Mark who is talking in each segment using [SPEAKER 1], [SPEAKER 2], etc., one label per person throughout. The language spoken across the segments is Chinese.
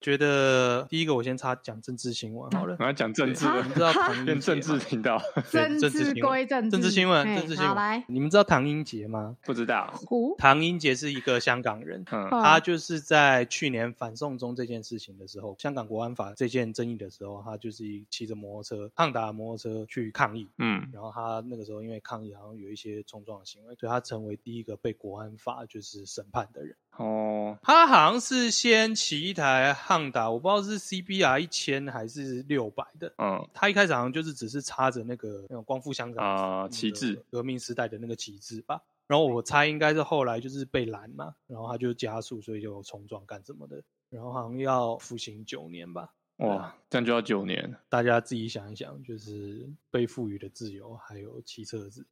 [SPEAKER 1] 觉得第一个我先插讲政治新闻好了，
[SPEAKER 2] 我要讲 政治
[SPEAKER 1] 你
[SPEAKER 2] 了，
[SPEAKER 1] 们知道唐英杰吗
[SPEAKER 2] 变政治频道，
[SPEAKER 1] 对
[SPEAKER 3] 政
[SPEAKER 1] 政治
[SPEAKER 3] 治
[SPEAKER 1] 新闻
[SPEAKER 3] 归政治，
[SPEAKER 1] 政治新闻
[SPEAKER 3] 嘿
[SPEAKER 1] 政治新闻
[SPEAKER 3] 好来，
[SPEAKER 1] 你们知道唐英杰吗？
[SPEAKER 2] 不知道，
[SPEAKER 3] 胡
[SPEAKER 1] 唐英杰是一个香港人，
[SPEAKER 2] 嗯
[SPEAKER 3] 哦
[SPEAKER 1] 他就是在去年反送中这件事情的时候，香港国安法这件争议的时候，他就是一骑着摩托车，胖达摩托车去抗议。
[SPEAKER 2] 嗯，
[SPEAKER 1] 然后他那个时候因为抗议，然后有一些冲撞的行为，所以他成为第一个被国安法就是审判的人。
[SPEAKER 2] 哦，
[SPEAKER 1] 他好像是先骑一台汉达，我不知道是 CBR 一千还是六百的。
[SPEAKER 2] 嗯，
[SPEAKER 1] 他一开始好像就是只是插着那个那种光复香港
[SPEAKER 2] 啊
[SPEAKER 1] 那个
[SPEAKER 2] 旗帜，
[SPEAKER 1] 革命时代的那个旗帜吧。然后我猜应该是后来就是被拦嘛，然后他就加速，所以就冲撞干什么的。然后好像要服刑九年吧，
[SPEAKER 2] 哇，这样就要九年，
[SPEAKER 1] 大家自己想一想，就是被赋予的自由，还有骑车子。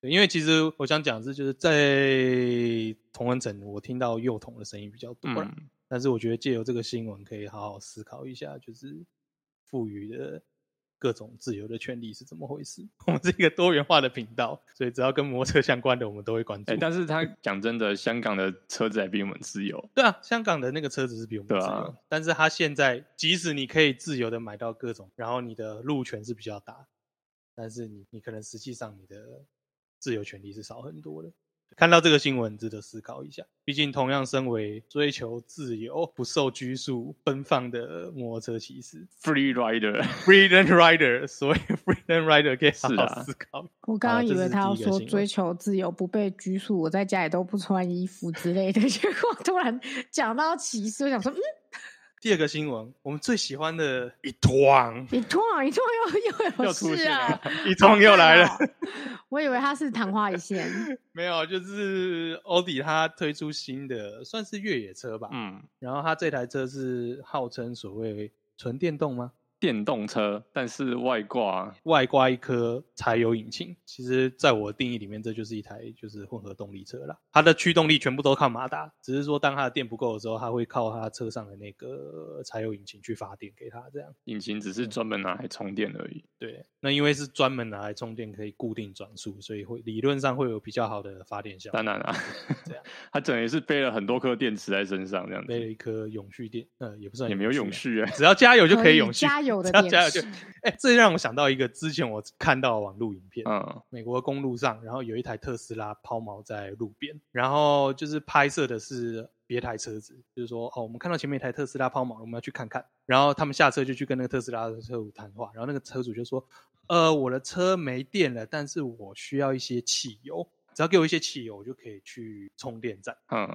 [SPEAKER 1] 对，因为其实我想讲的是，就是在同文城，我听到幼童的声音比较多啦
[SPEAKER 2] 嗯，
[SPEAKER 1] 但是我觉得借由这个新闻，可以好好思考一下，就是赋予的各种自由的权利是怎么回事。 我们是一个多元化的频道，所以只要跟摩托车相关的，我们都会关注。
[SPEAKER 2] 哎，但是他讲真的，香港的车子还比我们自由，
[SPEAKER 1] 对啊，香港的那个车子是比我们
[SPEAKER 2] 对
[SPEAKER 1] 自由，
[SPEAKER 2] 啊
[SPEAKER 1] 但是它现在即使你可以自由的买到各种，然后你的路权是比较大，但是你你可能实际上你的自由权利是少很多的。看到这个新闻，值得思考一下。毕竟，同样身为追求自由、不受拘束、奔放的摩托车骑士
[SPEAKER 2] free rider，
[SPEAKER 1] （Freedom Rider），所 以 Freedom Rider 可以好
[SPEAKER 2] 是啊
[SPEAKER 1] 好思考。
[SPEAKER 3] 我刚
[SPEAKER 1] 好
[SPEAKER 3] 刚
[SPEAKER 1] 这
[SPEAKER 3] 以为
[SPEAKER 1] 是
[SPEAKER 3] 他
[SPEAKER 1] 第
[SPEAKER 3] 要
[SPEAKER 1] 一个
[SPEAKER 3] 说
[SPEAKER 1] 新闻
[SPEAKER 3] 追求自由、不被拘束，我在家里都不穿衣服之类的， 结果突然讲到歧视，我想说，嗯，
[SPEAKER 1] 第二个新闻，我们最喜欢的一团，
[SPEAKER 3] 你突然你突然又又有
[SPEAKER 2] 又出
[SPEAKER 3] 事
[SPEAKER 2] 现
[SPEAKER 3] 啊
[SPEAKER 2] 了，
[SPEAKER 1] 一团又来了
[SPEAKER 3] 好。看哦，我以为他是昙花 一现，
[SPEAKER 1] 没有，就是欧迪它推出新的，算是越野车吧。
[SPEAKER 2] 嗯，
[SPEAKER 1] 然后它这台车是号称所谓纯电动吗？
[SPEAKER 2] 电动车，但是外挂，
[SPEAKER 1] 外挂一颗柴油引擎，其实在我的定义里面，这就是一台就是混合动力车啦。它的驱动力全部都靠马达，只是说当它的电不够的时候，它会靠它车上的那个柴油引擎去发电给它这样。
[SPEAKER 2] 引擎只是专门拿来充电而已，
[SPEAKER 1] 对，那因为是专门拿来充电，可以固定转速，所以会理论上会有比较好的发电效果
[SPEAKER 2] 当。然啊
[SPEAKER 1] 这 样，
[SPEAKER 2] 他整也是背了很多颗电池在身上，这样
[SPEAKER 1] 背了
[SPEAKER 2] 子
[SPEAKER 1] 一颗永续电，呃，也不算
[SPEAKER 2] 也没有
[SPEAKER 1] 啊
[SPEAKER 2] 永续哎，
[SPEAKER 1] 只要加油就可以永续，
[SPEAKER 3] 加 油的
[SPEAKER 1] 只要
[SPEAKER 3] 电
[SPEAKER 1] 加油
[SPEAKER 3] 池
[SPEAKER 1] 就。哎、这让我想到一个之前我看到的网络影片，
[SPEAKER 2] 嗯，
[SPEAKER 1] 美国公路上，然后有一台特斯拉抛锚在路边，然后就是拍摄的是别台车子，就是说哦，我们看到前面一台特斯拉抛锚了，我们要去看看。然后他们下车就去跟那个特斯拉的车主谈话，然后那个车主就说，呃，我的车没电了，但是我需要一些汽油，只要给我一些汽油，我就可以去充电站。
[SPEAKER 2] 嗯，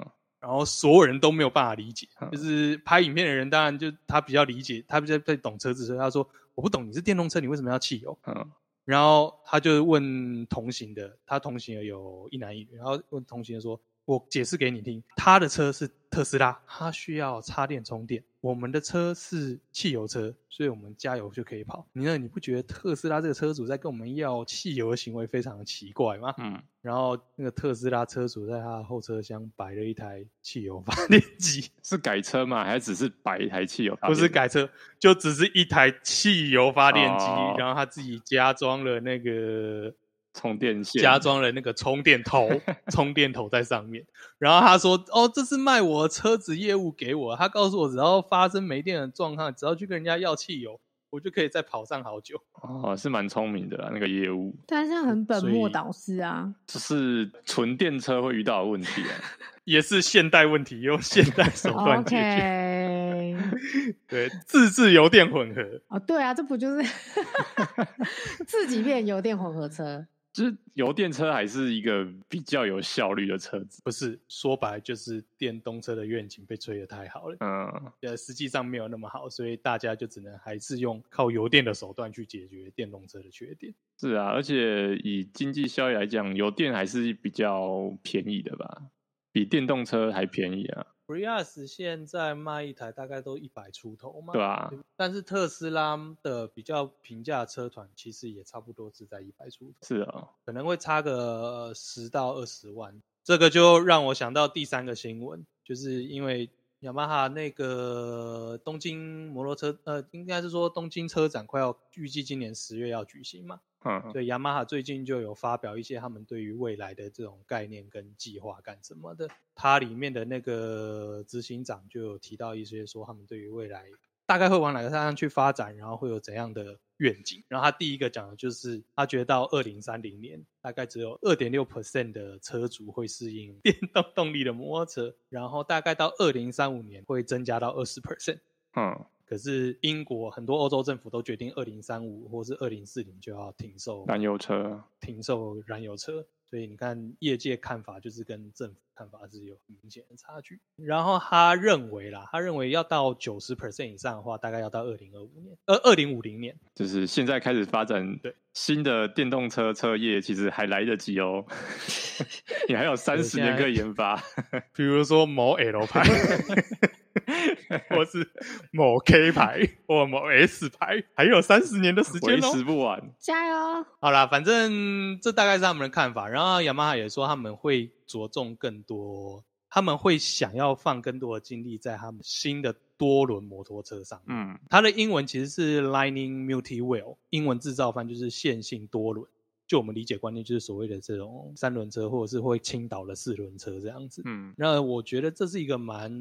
[SPEAKER 1] 然后所有人都没有办法理解，
[SPEAKER 2] 嗯
[SPEAKER 1] 就是拍影片的人，当然就他比较理解，他比较对懂车子，所以他说我不懂你是电动车，你为什么要汽油？
[SPEAKER 2] 嗯，
[SPEAKER 1] 然后他就问同行的，他同行的有一男一女，然后问同行的说，我解释给你听，他的车是特斯拉，他需要插电充电，我们的车是汽油车，所以我们加油就可以跑。你呢？你不觉得特斯拉这个车主在跟我们要汽油的行为非常的奇怪吗？
[SPEAKER 2] 嗯，
[SPEAKER 1] 然后那个特斯拉车主在他的后车厢摆了一台汽油发电机，
[SPEAKER 2] 是改车吗？还只是摆一台汽油？
[SPEAKER 1] 不是，改车，就只是一台汽油发电机，
[SPEAKER 2] 哦
[SPEAKER 1] 然后他自己加装了那个
[SPEAKER 2] 充电线
[SPEAKER 1] 加装了那个充电头，充电头在上面。然后他说：“哦，这是卖我的车子业务给我，他告诉我只要发生没电的状况，只要去跟人家要汽油，我就可以再跑上好久。”
[SPEAKER 2] 哦，是蛮聪明的啦，那个业务
[SPEAKER 3] 但是很本
[SPEAKER 1] 嗯所
[SPEAKER 3] 末
[SPEAKER 1] 以
[SPEAKER 3] 倒置 啊！
[SPEAKER 2] 就是纯电车会遇到的问题啊，
[SPEAKER 1] 也是现代问题，用现代手段解决。
[SPEAKER 3] 哦 OK，
[SPEAKER 1] 对，自制油电混合。
[SPEAKER 3] 哦，对啊，这不就是 自己变油电混合车？
[SPEAKER 2] 就是油电车还是一个比较有效率的车子，
[SPEAKER 1] 不是，说白了就是电动车的愿景被吹得太好了，
[SPEAKER 2] 嗯，
[SPEAKER 1] 呃，实际上没有那么好，所以大家就只能还是用靠油电的手段去解决电动车的缺点。
[SPEAKER 2] 是啊，而且以经济效益来讲，油电还是比较便宜的吧，比电动车还便宜啊，
[SPEAKER 1] Prius 现在卖一台大概都一百出头嘛，
[SPEAKER 2] 对啊吧、
[SPEAKER 1] 但是特斯拉的比较平价车团其实也差不多是在一百出头，
[SPEAKER 2] 是啊，
[SPEAKER 1] 可能会差个十到二十万。这个就让我想到第三个新闻，就是因为雅马哈那个东京摩摩托车，呃，应该是说东京车展快要预计今年十月要举行嘛，
[SPEAKER 2] 嗯，
[SPEAKER 1] 所以雅马哈最近就有发表一些他们对于未来的这种概念跟计划干什么的。它里面的那个执行长就有提到一些说他们对于未来大概会往哪个方向去发展，然后会有怎样的愿景。然后他第一个讲的就是他觉得到二零三零年，大概只有二点六 percent 的车主会适应电动动力的摩托车，然后大概到二零三五年会增加到二十 percent。
[SPEAKER 2] 嗯，
[SPEAKER 1] 可是英国很多欧洲政府都决定二零三五或是二零四零就要停售
[SPEAKER 2] 燃油车，
[SPEAKER 1] 停售燃油车，所以你看业界看法就是跟政府看法是有明显的差距。然后他认为啦，他认为要到九十 percent 以上的话，大概要到二零二五年，呃，二零五零年。
[SPEAKER 2] 就是现在开始发展
[SPEAKER 1] 对
[SPEAKER 2] 新的电动车车业，其实还来得及哦， 你还有三十
[SPEAKER 1] 现在
[SPEAKER 2] 年可以研发。
[SPEAKER 1] 比如说某 L 牌，或是某 K 牌，或某 S 牌，还有三十年的时哦
[SPEAKER 2] 为时不晚。
[SPEAKER 3] 加油！
[SPEAKER 1] 好啦，反正这大概是他们的看法。然后雅马哈也说他们会着重更多，他们会想要放更多的精力在他们新的多轮摩托车上面。
[SPEAKER 2] 嗯
[SPEAKER 1] 它的英文其实是 Lightning Multi Wheel，英文制造翻就是线性多轮。就我们理解观念，就是所谓的这种三轮车或者是会倾倒的四轮车这样子。
[SPEAKER 2] 嗯
[SPEAKER 1] 那我觉得这是一个蛮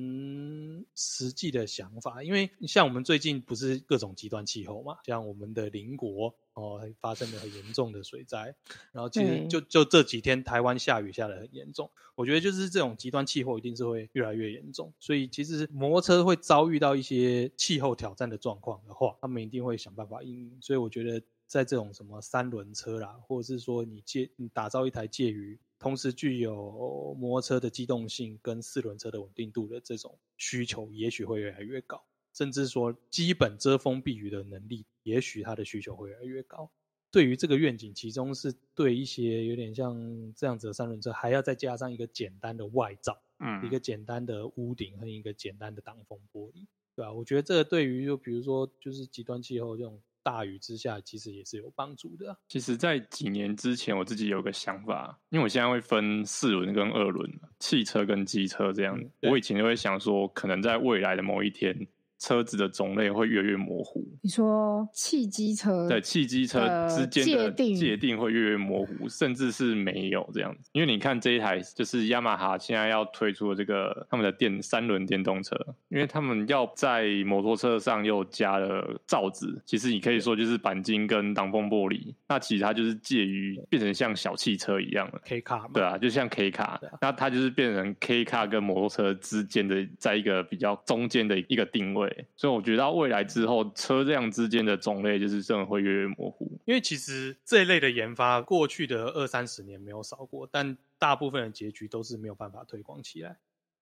[SPEAKER 1] 实际的想法，因为像我们最近不是各种极端气候嘛，像我们的邻国哦发生了很严重的水灾，然后其实
[SPEAKER 3] 对
[SPEAKER 1] 就就这几天台湾下雨下得很严重，我觉得就是这种极端气候一定是会越来越严重，所以其实摩托车会遭遇到一些气候挑战的状况的话，他们一定会想办法应应，所以我觉得。在这种什么三轮车啦，或者是说你介你打造一台介于同时具有摩托车的机动性跟四轮车的稳定度的这种需求，也许会越来越高，甚至说基本遮风避雨的能力，也许它的需求会越来越高。对于这个愿景，其中是对一些有点像这样子的三轮车，还要再加上一个简单的外罩，
[SPEAKER 2] 嗯
[SPEAKER 1] 一个简单的屋顶和一个简单的挡风玻璃，对吧、我觉得这个对于就比如说就是极端气候这种大雨之下，其实也是有帮助的啊。
[SPEAKER 2] 其实，在几年之前，我自己有个想法，因为我现在会分四轮跟二轮，汽车跟机车这样。
[SPEAKER 1] 嗯对
[SPEAKER 2] 我以前就会想说，可能在未来的某一天，车子的种类会越来越模糊，
[SPEAKER 3] 你说汽机车
[SPEAKER 2] 对汽机车之间
[SPEAKER 3] 呃
[SPEAKER 2] 的
[SPEAKER 3] 界定
[SPEAKER 2] 界定会越来越模糊，甚至是没有这样子。因为你看这一台就是雅马哈现在要推出的这个他们的电三轮电动车，因为他们要在摩托车上又加了罩子，其实你可以说就是钣金跟挡风玻璃，那其实它就是介于变成像小汽车一样了。
[SPEAKER 1] K 卡嘛，
[SPEAKER 2] 对啊，就像 K 卡
[SPEAKER 1] 对啊，
[SPEAKER 2] 那它就是变成 K 卡跟摩托车之间的，在一个比较中间的一个定位，所以我觉得到未来之后，车辆之间的种类就是真的会越来越模糊。
[SPEAKER 1] 因为其实这一类的研发，过去的二三十年没有少过，但大部分的结局都是没有办法推广起来。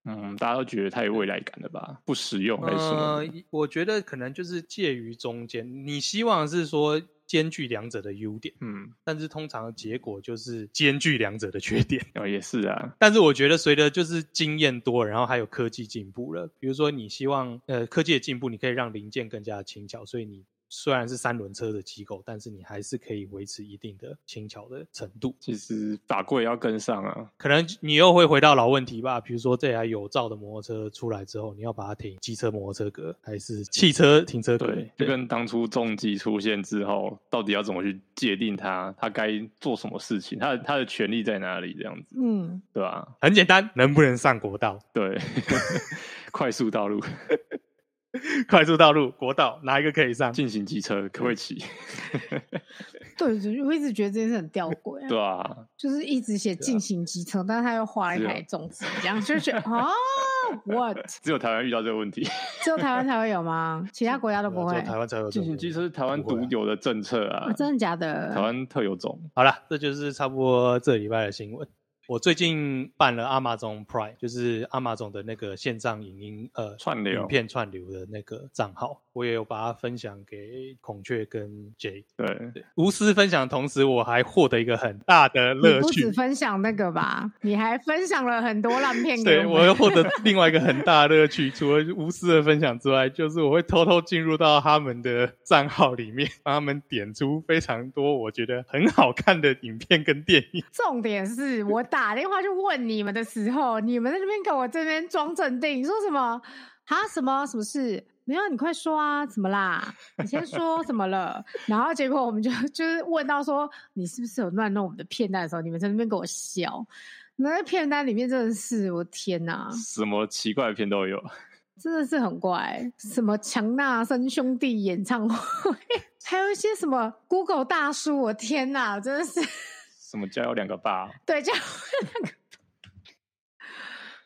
[SPEAKER 2] 嗯，大家都觉得太有未来感了吧？不实用还是什么
[SPEAKER 1] 呃
[SPEAKER 2] 的？，
[SPEAKER 1] 我觉得可能就是介于中间，你希望是说兼具两者的优点，
[SPEAKER 2] 嗯，
[SPEAKER 1] 但是通常的结果就是兼具两者的缺点。
[SPEAKER 2] 哦，也是啊，
[SPEAKER 1] 但是我觉得随着就是经验多，然后还有科技进步了，比如说你希望呃科技的进步，你可以让零件更加的轻巧，所以你虽然是三轮车的机构，但是你还是可以维持一定的轻巧的程度。
[SPEAKER 2] 其实法规也要跟上啊。
[SPEAKER 1] 可能你又会回到老问题吧，比如说这台有照的摩托车出来之后，你要把它停机车摩托车格还是汽车停车格？
[SPEAKER 2] 对，就跟当初重机出现之后，到底要怎么去界定它？它该做什么事情？它的它的权利在哪里？这样子，
[SPEAKER 3] 嗯，
[SPEAKER 2] 对吧、
[SPEAKER 1] 很简单，能不能上国道？
[SPEAKER 2] 对，快速道路
[SPEAKER 1] 快速道路、国道哪一个可以上？
[SPEAKER 2] 进行机车可不可以骑？
[SPEAKER 3] 对，就是我一直觉得这件事很吊诡、啊，
[SPEAKER 2] 对啊，
[SPEAKER 3] 就是一直写进行机车，但是他又画了一
[SPEAKER 2] 是啊
[SPEAKER 3] 台粽子，这样就觉得啊，what？
[SPEAKER 2] 只有台湾遇到这个问题。
[SPEAKER 3] 只有台湾才会有吗？其他国家都不
[SPEAKER 1] 只
[SPEAKER 3] 会
[SPEAKER 1] 有？啊台湾才有这
[SPEAKER 2] 进
[SPEAKER 1] 种
[SPEAKER 2] 行机车是台湾
[SPEAKER 1] 不会啊
[SPEAKER 2] 独有的政策啊
[SPEAKER 3] 啊，真的假的？
[SPEAKER 2] 台湾特有种。
[SPEAKER 1] 好了，这就是差不多这礼拜的新闻。我最近办了 Amazon Prime，就是阿马总的那个线上影音呃
[SPEAKER 2] 串流
[SPEAKER 1] 影片串流的那个账号，我也有把它分享给孔雀跟 J。
[SPEAKER 2] 对，
[SPEAKER 1] 对，无私分享，同时我还获得一个很大的乐
[SPEAKER 3] 你不只
[SPEAKER 1] 趣。
[SPEAKER 3] 分享那个吧，你还分享了很多烂 片给
[SPEAKER 1] 对，
[SPEAKER 3] 我
[SPEAKER 1] 我
[SPEAKER 3] 们
[SPEAKER 1] 又获得另外一个很大的乐趣，除了无私的分享之外，就是我会偷偷进入到他们的账号里面，帮他们点出非常多我觉得很好看的影片跟电影。
[SPEAKER 3] 重点是我打电话去问你们的时候，你们在那边给我这边装镇定，说什么啊什么什么事？没有，你快说啊，怎么啦？你先说怎么了？然后结果我们就就是问到说，你是不是有乱弄我们的片段的时候，你们在那边给我笑。那片单里面真的是，我天哪，
[SPEAKER 2] 什么奇怪的片都有，
[SPEAKER 3] 真的是很怪，什么强纳森兄弟演唱会，还有一些什么 Google 大叔，我天哪，真的是
[SPEAKER 2] 什么家有两个爸，
[SPEAKER 3] 对，这样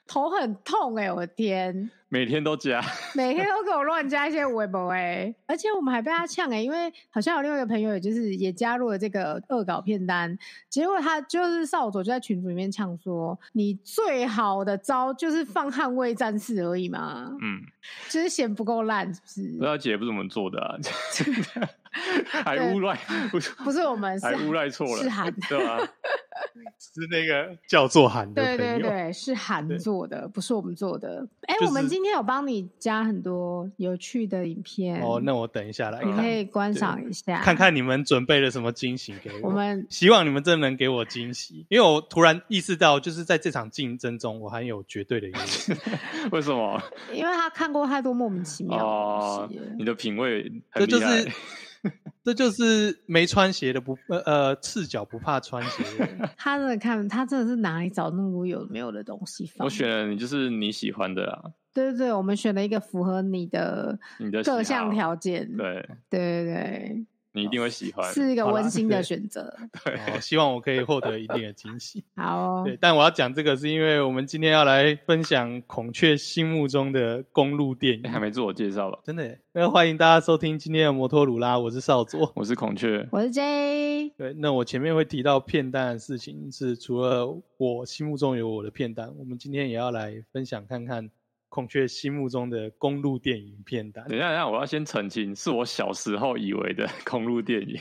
[SPEAKER 3] 头很痛哎、我的天，
[SPEAKER 2] 每天都加，
[SPEAKER 3] 每天都给我乱加一些微博哎，而且我们还被他呛哎、因为好像有另外一个朋友，也就是也加入了这个恶搞片单，结果他就是少佐就在群组里面呛说，你最好的招就是放捍卫战士而已嘛，
[SPEAKER 2] 嗯，
[SPEAKER 3] 就是嫌不够烂是不是？
[SPEAKER 2] 不知道姐不是我们做的、啊， 还诬赖，不是
[SPEAKER 3] 不是我们是
[SPEAKER 2] 还诬赖错
[SPEAKER 3] 是
[SPEAKER 2] 了，
[SPEAKER 3] 韩，
[SPEAKER 2] 对吧、
[SPEAKER 1] 是那个叫做韩的朋
[SPEAKER 3] 对
[SPEAKER 1] 友，
[SPEAKER 3] 对对，是韩
[SPEAKER 1] 对
[SPEAKER 3] 做的，不是我们做的。哎、
[SPEAKER 1] 就是
[SPEAKER 3] 我们今天有帮你加很多有趣的影片
[SPEAKER 1] 哦，那我等一下来
[SPEAKER 3] 你可
[SPEAKER 1] 看
[SPEAKER 2] 嗯
[SPEAKER 3] 以观赏一下，
[SPEAKER 1] 看看你们准备了什么惊喜给
[SPEAKER 3] 我们
[SPEAKER 1] 希望你们真能给我惊喜，因为我突然意识到，就是在这场竞争中，我还有绝对的优 势。
[SPEAKER 2] 为什么？
[SPEAKER 3] 因为他看过太多莫名其妙的
[SPEAKER 2] 哦
[SPEAKER 3] 东西了。，
[SPEAKER 2] 你的品味
[SPEAKER 1] 这
[SPEAKER 2] 很
[SPEAKER 1] 就
[SPEAKER 2] 厉害，
[SPEAKER 1] 是这就是没穿鞋的不呃呃赤脚不怕穿鞋的 人。
[SPEAKER 3] 他真的看，他真的是哪里找那么多有没有的东西放？
[SPEAKER 2] 我选了你就是你喜欢的啊，
[SPEAKER 3] 对对对，我们选了一个符合你的
[SPEAKER 2] 嗯你的喜
[SPEAKER 3] 各项
[SPEAKER 2] 好
[SPEAKER 3] 条件。
[SPEAKER 2] 对
[SPEAKER 3] 对对
[SPEAKER 2] 你一定会喜
[SPEAKER 3] 对，
[SPEAKER 2] 欢，
[SPEAKER 3] 是一个
[SPEAKER 1] 好啦
[SPEAKER 3] 温馨的
[SPEAKER 1] 对
[SPEAKER 3] 选择。
[SPEAKER 1] 哦，希望我可以获得一定的惊喜。
[SPEAKER 3] 好哦，
[SPEAKER 1] 对，但我要讲这个是因为我们今天要来分享孔雀心目中的公路电
[SPEAKER 2] 哎还
[SPEAKER 1] 影。
[SPEAKER 2] 没自我介绍吧？
[SPEAKER 1] 真的耶，那欢迎大家收听今天的摩托鲁拉，我是少佐。
[SPEAKER 2] 我是孔雀，
[SPEAKER 3] 我是 J。
[SPEAKER 1] 对，那我前面会提到片单的事情，是除了我心目中有我的片单，我们今天也要来分享看看孔雀心目中的公路电影片单。
[SPEAKER 2] 啊等一下，等一下，我要先澄清，是我小时候以为的 公路电影，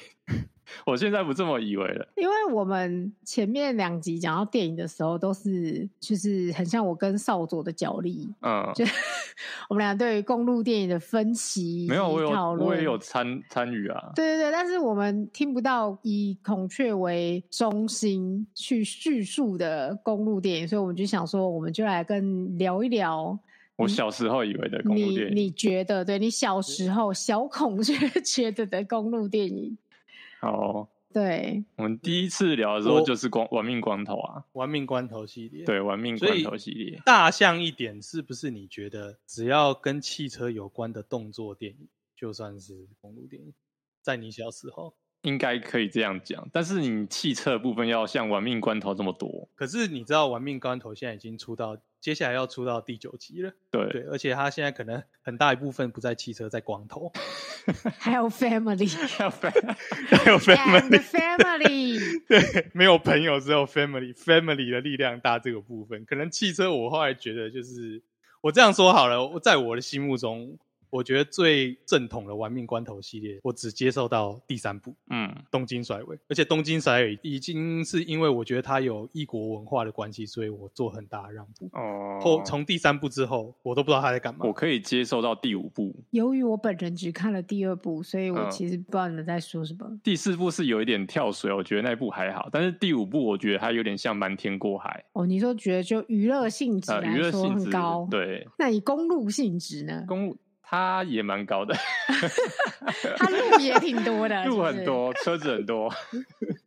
[SPEAKER 2] 我现在不这么以为了。
[SPEAKER 3] 因为我们前面两集讲到电影的时候，都是就是很像我跟少佐的角力，
[SPEAKER 2] 嗯，
[SPEAKER 3] 就我们俩对于公路电影的分歧
[SPEAKER 2] 没有，
[SPEAKER 3] 以及
[SPEAKER 2] 我有
[SPEAKER 3] 讨论，
[SPEAKER 2] 我也有参参与啊。
[SPEAKER 3] 对对对，但是我们听不到以孔雀为中心去叙述的公路电影，所以我们就想说，我们就来跟聊一聊
[SPEAKER 2] 我小时候以为的公路
[SPEAKER 3] 嗯你
[SPEAKER 2] 电影。
[SPEAKER 3] 你觉得对你小时候小孔雀觉得的公路电影，
[SPEAKER 2] 好，
[SPEAKER 3] 对，
[SPEAKER 2] 我们第一次聊的时候
[SPEAKER 1] 我
[SPEAKER 2] 就是光玩命光头啊，
[SPEAKER 1] 玩命关头系列，，
[SPEAKER 2] 对，玩命
[SPEAKER 1] 所
[SPEAKER 2] 关
[SPEAKER 1] 以
[SPEAKER 2] 头系列。
[SPEAKER 1] 大象一点是不是？你觉得只要跟汽车有关的动作电影，就算是公路电影？在你小时候，
[SPEAKER 2] 应该可以这样讲，但是你汽车的部分要像玩命关头这么多，
[SPEAKER 1] 可是你知道《玩命关头》现在已经出到，接下来要出到第九集了。
[SPEAKER 2] 对，
[SPEAKER 1] 对，而且它现在可能很大一部分不在汽车，在光 头，
[SPEAKER 3] 还有 Family
[SPEAKER 2] 要不然
[SPEAKER 1] 还有 family，
[SPEAKER 3] and Family。
[SPEAKER 1] 对，没有朋友，只有 family，family 的力量大这个部分。可能汽车，我后来觉得就是，我这样说好了，我在我的心目中，我觉得最正统的《玩命关头》系列，我只接受到第三部。
[SPEAKER 2] 嗯，
[SPEAKER 1] 东京甩尾，而且东京甩尾已经是因为我觉得它有异国文化的关系，所以我做很大的让步。
[SPEAKER 2] 哦，
[SPEAKER 1] 后从第三部之后，我都不知道他在干嘛
[SPEAKER 2] 我。可以接受到第五部，
[SPEAKER 3] 由于我本人只看了第二部，所以我
[SPEAKER 2] 嗯
[SPEAKER 3] 其实不知道你们在说什么。
[SPEAKER 2] 第四部是有一点跳水，我觉得那部还好，但是第五部我觉得它有点像瞒天过海，
[SPEAKER 3] 哦，你说觉得就娱乐性质
[SPEAKER 2] 呃，娱
[SPEAKER 3] 来
[SPEAKER 2] 乐
[SPEAKER 3] 说
[SPEAKER 2] 性
[SPEAKER 3] 很
[SPEAKER 2] 质
[SPEAKER 3] 高，，
[SPEAKER 2] 对，
[SPEAKER 3] 那你公路性质呢？
[SPEAKER 2] 公路它也蛮高的，
[SPEAKER 3] 它路也挺多的，啊 是
[SPEAKER 2] 路
[SPEAKER 3] 不
[SPEAKER 2] 很
[SPEAKER 3] 是。
[SPEAKER 2] 多， 车子很多，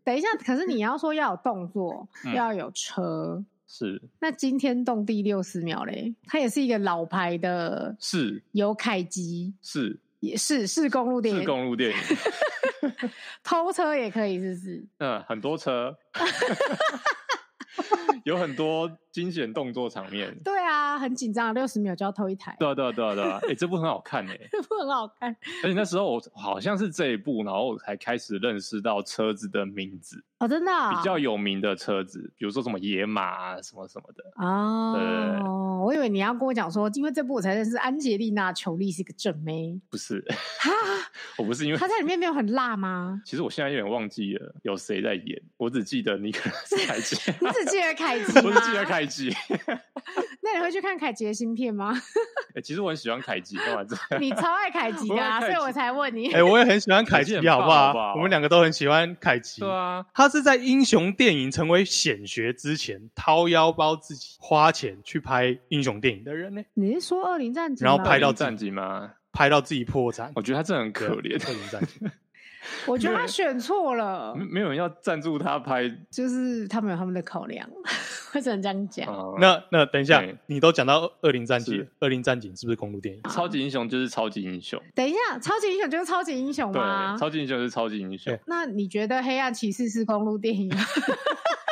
[SPEAKER 3] 等一下，可是你要说要有动作，
[SPEAKER 2] 嗯
[SPEAKER 3] 要有车。
[SPEAKER 2] 是
[SPEAKER 3] 那惊天动地六十秒嘞，它也是一个老牌的
[SPEAKER 2] 是
[SPEAKER 3] 油凯基，
[SPEAKER 2] 是
[SPEAKER 3] 也是是公路电
[SPEAKER 2] 是
[SPEAKER 3] 影，
[SPEAKER 2] 公路电 影，
[SPEAKER 3] 偷车也可以，是不是？
[SPEAKER 2] 嗯，很多车， 有很多惊险动作场面，
[SPEAKER 3] 对啊，很紧张，六十秒就要偷一台，
[SPEAKER 2] 对啊对啊对啊对啊，哎、这部很好看哎、
[SPEAKER 3] 很好看。
[SPEAKER 2] 而且那时候我好像是这一部，然后我才开始认识到车子的名字，
[SPEAKER 3] 哦，真的啊、
[SPEAKER 2] 比较有名的车子，比如说什么野马啊什么什么的。对
[SPEAKER 3] 哦，我以为你要跟我讲说，因为这部我才认识安吉丽娜·裘丽是个正妹，
[SPEAKER 2] 不是，
[SPEAKER 3] 哈，
[SPEAKER 2] 我不是因为？
[SPEAKER 3] 她在里面没有很辣吗
[SPEAKER 2] 其实我现在有点忘记了有谁在演，我只记得尼克拉斯 凯奇，
[SPEAKER 3] 你只记 得凯 基
[SPEAKER 2] 我
[SPEAKER 3] 吗？
[SPEAKER 2] 只记得凯奇。
[SPEAKER 3] 那你会去看凯奇的新片吗？
[SPEAKER 2] 欸其实我很喜欢凯奇，干嘛这样？
[SPEAKER 3] 你超爱凯基的、
[SPEAKER 2] 我
[SPEAKER 3] 啊，
[SPEAKER 2] 爱凯
[SPEAKER 3] 所
[SPEAKER 2] 基
[SPEAKER 3] 以我才问你。
[SPEAKER 1] 哎、我也很喜欢凯奇
[SPEAKER 2] 凯，奇很
[SPEAKER 1] 好
[SPEAKER 2] 棒
[SPEAKER 1] 不好？
[SPEAKER 2] 好不好
[SPEAKER 1] 我们两个都很喜欢凯奇。
[SPEAKER 2] 对啊，
[SPEAKER 1] 他是在英雄电影成为显学之前，掏腰包自己花钱去拍英雄电影的人呢、
[SPEAKER 3] 你是说《恶灵战警》啊
[SPEAKER 1] 然
[SPEAKER 3] 吗？
[SPEAKER 1] 后拍到
[SPEAKER 2] 战绩吗？
[SPEAKER 1] 拍到自己破产，
[SPEAKER 2] 我觉得他真的很
[SPEAKER 1] 对啊
[SPEAKER 2] 可怜，
[SPEAKER 1] 特别 赞。
[SPEAKER 3] 我觉得他选错了
[SPEAKER 1] 嗯
[SPEAKER 2] 没，没有人要赞助他拍
[SPEAKER 3] 就是他们有他们的考量， 我只能这样讲。
[SPEAKER 2] 啊。
[SPEAKER 1] 那那等一下
[SPEAKER 2] 对，
[SPEAKER 1] 你都讲到恶灵战警
[SPEAKER 2] 是
[SPEAKER 1] 了，恶灵战警是不是公路电影？
[SPEAKER 2] 超级英雄就是超级英雄，
[SPEAKER 3] 等一下，超级英雄就是超级英雄
[SPEAKER 2] 对
[SPEAKER 3] 吗，？
[SPEAKER 2] 超级英雄就是超级英雄
[SPEAKER 1] 对。
[SPEAKER 3] 那你觉得《黑暗骑士》是公路电影吗？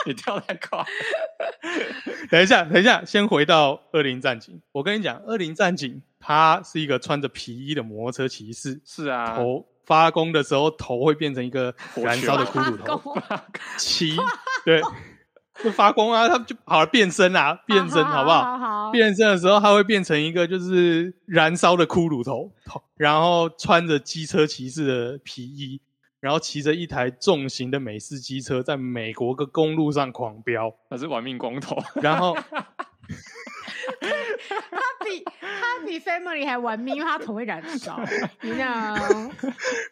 [SPEAKER 2] 你跳太快，
[SPEAKER 1] 等一下，等一下，先回到恶灵战警。我跟你讲，恶灵战警他是一个穿着皮衣的摩托车骑士，
[SPEAKER 2] 是啊，
[SPEAKER 1] 头发功的时候头会变成一个
[SPEAKER 2] 火
[SPEAKER 1] 燃
[SPEAKER 2] 球
[SPEAKER 1] 烧的骷髅头，七对，就发光啊，他就好了变身啊，变身好不好？
[SPEAKER 3] 好好，
[SPEAKER 1] 变身的时候，它会变成一个就是燃烧的骷髅头，头然后穿着机车骑士的皮衣，然后骑着一台重型的美式机车，在美国个公路上狂飙，
[SPEAKER 2] 他是玩命光头，
[SPEAKER 1] 然后
[SPEAKER 3] 他比他比 Family 还玩命，因为他头会燃 烧。你想，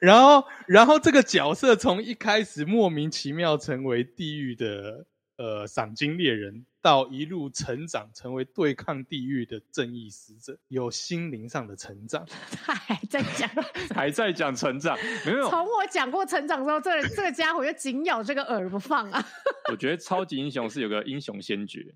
[SPEAKER 1] 然后然后这个角色从一开始莫名其妙成为地狱的呃赏金猎人，到一路成长成为对抗地狱的正义使者，有心灵上的成长。
[SPEAKER 3] 他还在讲，
[SPEAKER 1] 哎
[SPEAKER 2] 还在讲成长，没有，
[SPEAKER 3] 从我讲过成长之后，这个这个家伙就紧咬这个耳不放啊！
[SPEAKER 2] 我觉得超级英雄是有个英雄先决，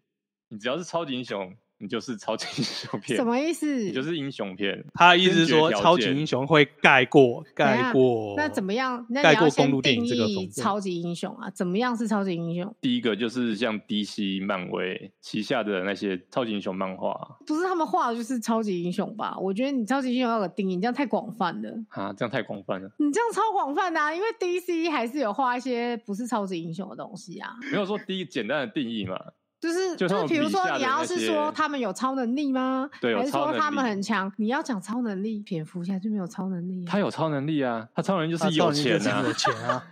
[SPEAKER 2] 你只要是超级英雄，你就是超级英雄片
[SPEAKER 3] 什，么意思？
[SPEAKER 2] 你就是英雄片。
[SPEAKER 1] 他的意思是
[SPEAKER 2] 先决
[SPEAKER 1] 说，
[SPEAKER 2] 条
[SPEAKER 1] 超级
[SPEAKER 2] 件
[SPEAKER 1] 英雄会盖过
[SPEAKER 3] 等一下
[SPEAKER 1] 盖过。
[SPEAKER 3] 那怎么样？那
[SPEAKER 1] 盖
[SPEAKER 3] 你要
[SPEAKER 1] 过公
[SPEAKER 3] 先
[SPEAKER 1] 路电
[SPEAKER 3] 定
[SPEAKER 1] 影这个
[SPEAKER 3] 义
[SPEAKER 1] 风格
[SPEAKER 3] 超级英雄啊？怎么样是超级英雄？
[SPEAKER 2] 第一个就是像 DC、漫威旗下的那些超级英雄漫画
[SPEAKER 3] 不是他们画的就是超级英雄吧？我觉得你超级英雄要有定义，你这样太广泛了。
[SPEAKER 2] 啊，这样太广泛了。
[SPEAKER 3] 你这样超广泛的、啊，因为 DC 还是有画一些不是超级英雄的东西啊。
[SPEAKER 2] 没有说第一简单的定义嘛，
[SPEAKER 3] 就是
[SPEAKER 2] 就
[SPEAKER 3] 就是，
[SPEAKER 2] 像
[SPEAKER 3] 比如
[SPEAKER 2] 笔
[SPEAKER 3] 说
[SPEAKER 2] 下
[SPEAKER 3] 你
[SPEAKER 2] 的
[SPEAKER 3] 要
[SPEAKER 2] 那
[SPEAKER 3] 是
[SPEAKER 2] 些
[SPEAKER 3] 说他们有超能力吗？
[SPEAKER 2] 对有
[SPEAKER 3] 还是
[SPEAKER 2] 超
[SPEAKER 3] 说
[SPEAKER 2] 能
[SPEAKER 3] 他们
[SPEAKER 2] 力
[SPEAKER 3] 很强？你要讲超能力，蝙蝠侠就没有超能力、啊
[SPEAKER 2] 他，有超能力啊，他超能力就
[SPEAKER 1] 他
[SPEAKER 2] 是有钱
[SPEAKER 1] 超
[SPEAKER 2] 啊
[SPEAKER 1] 能力就是有，钱啊！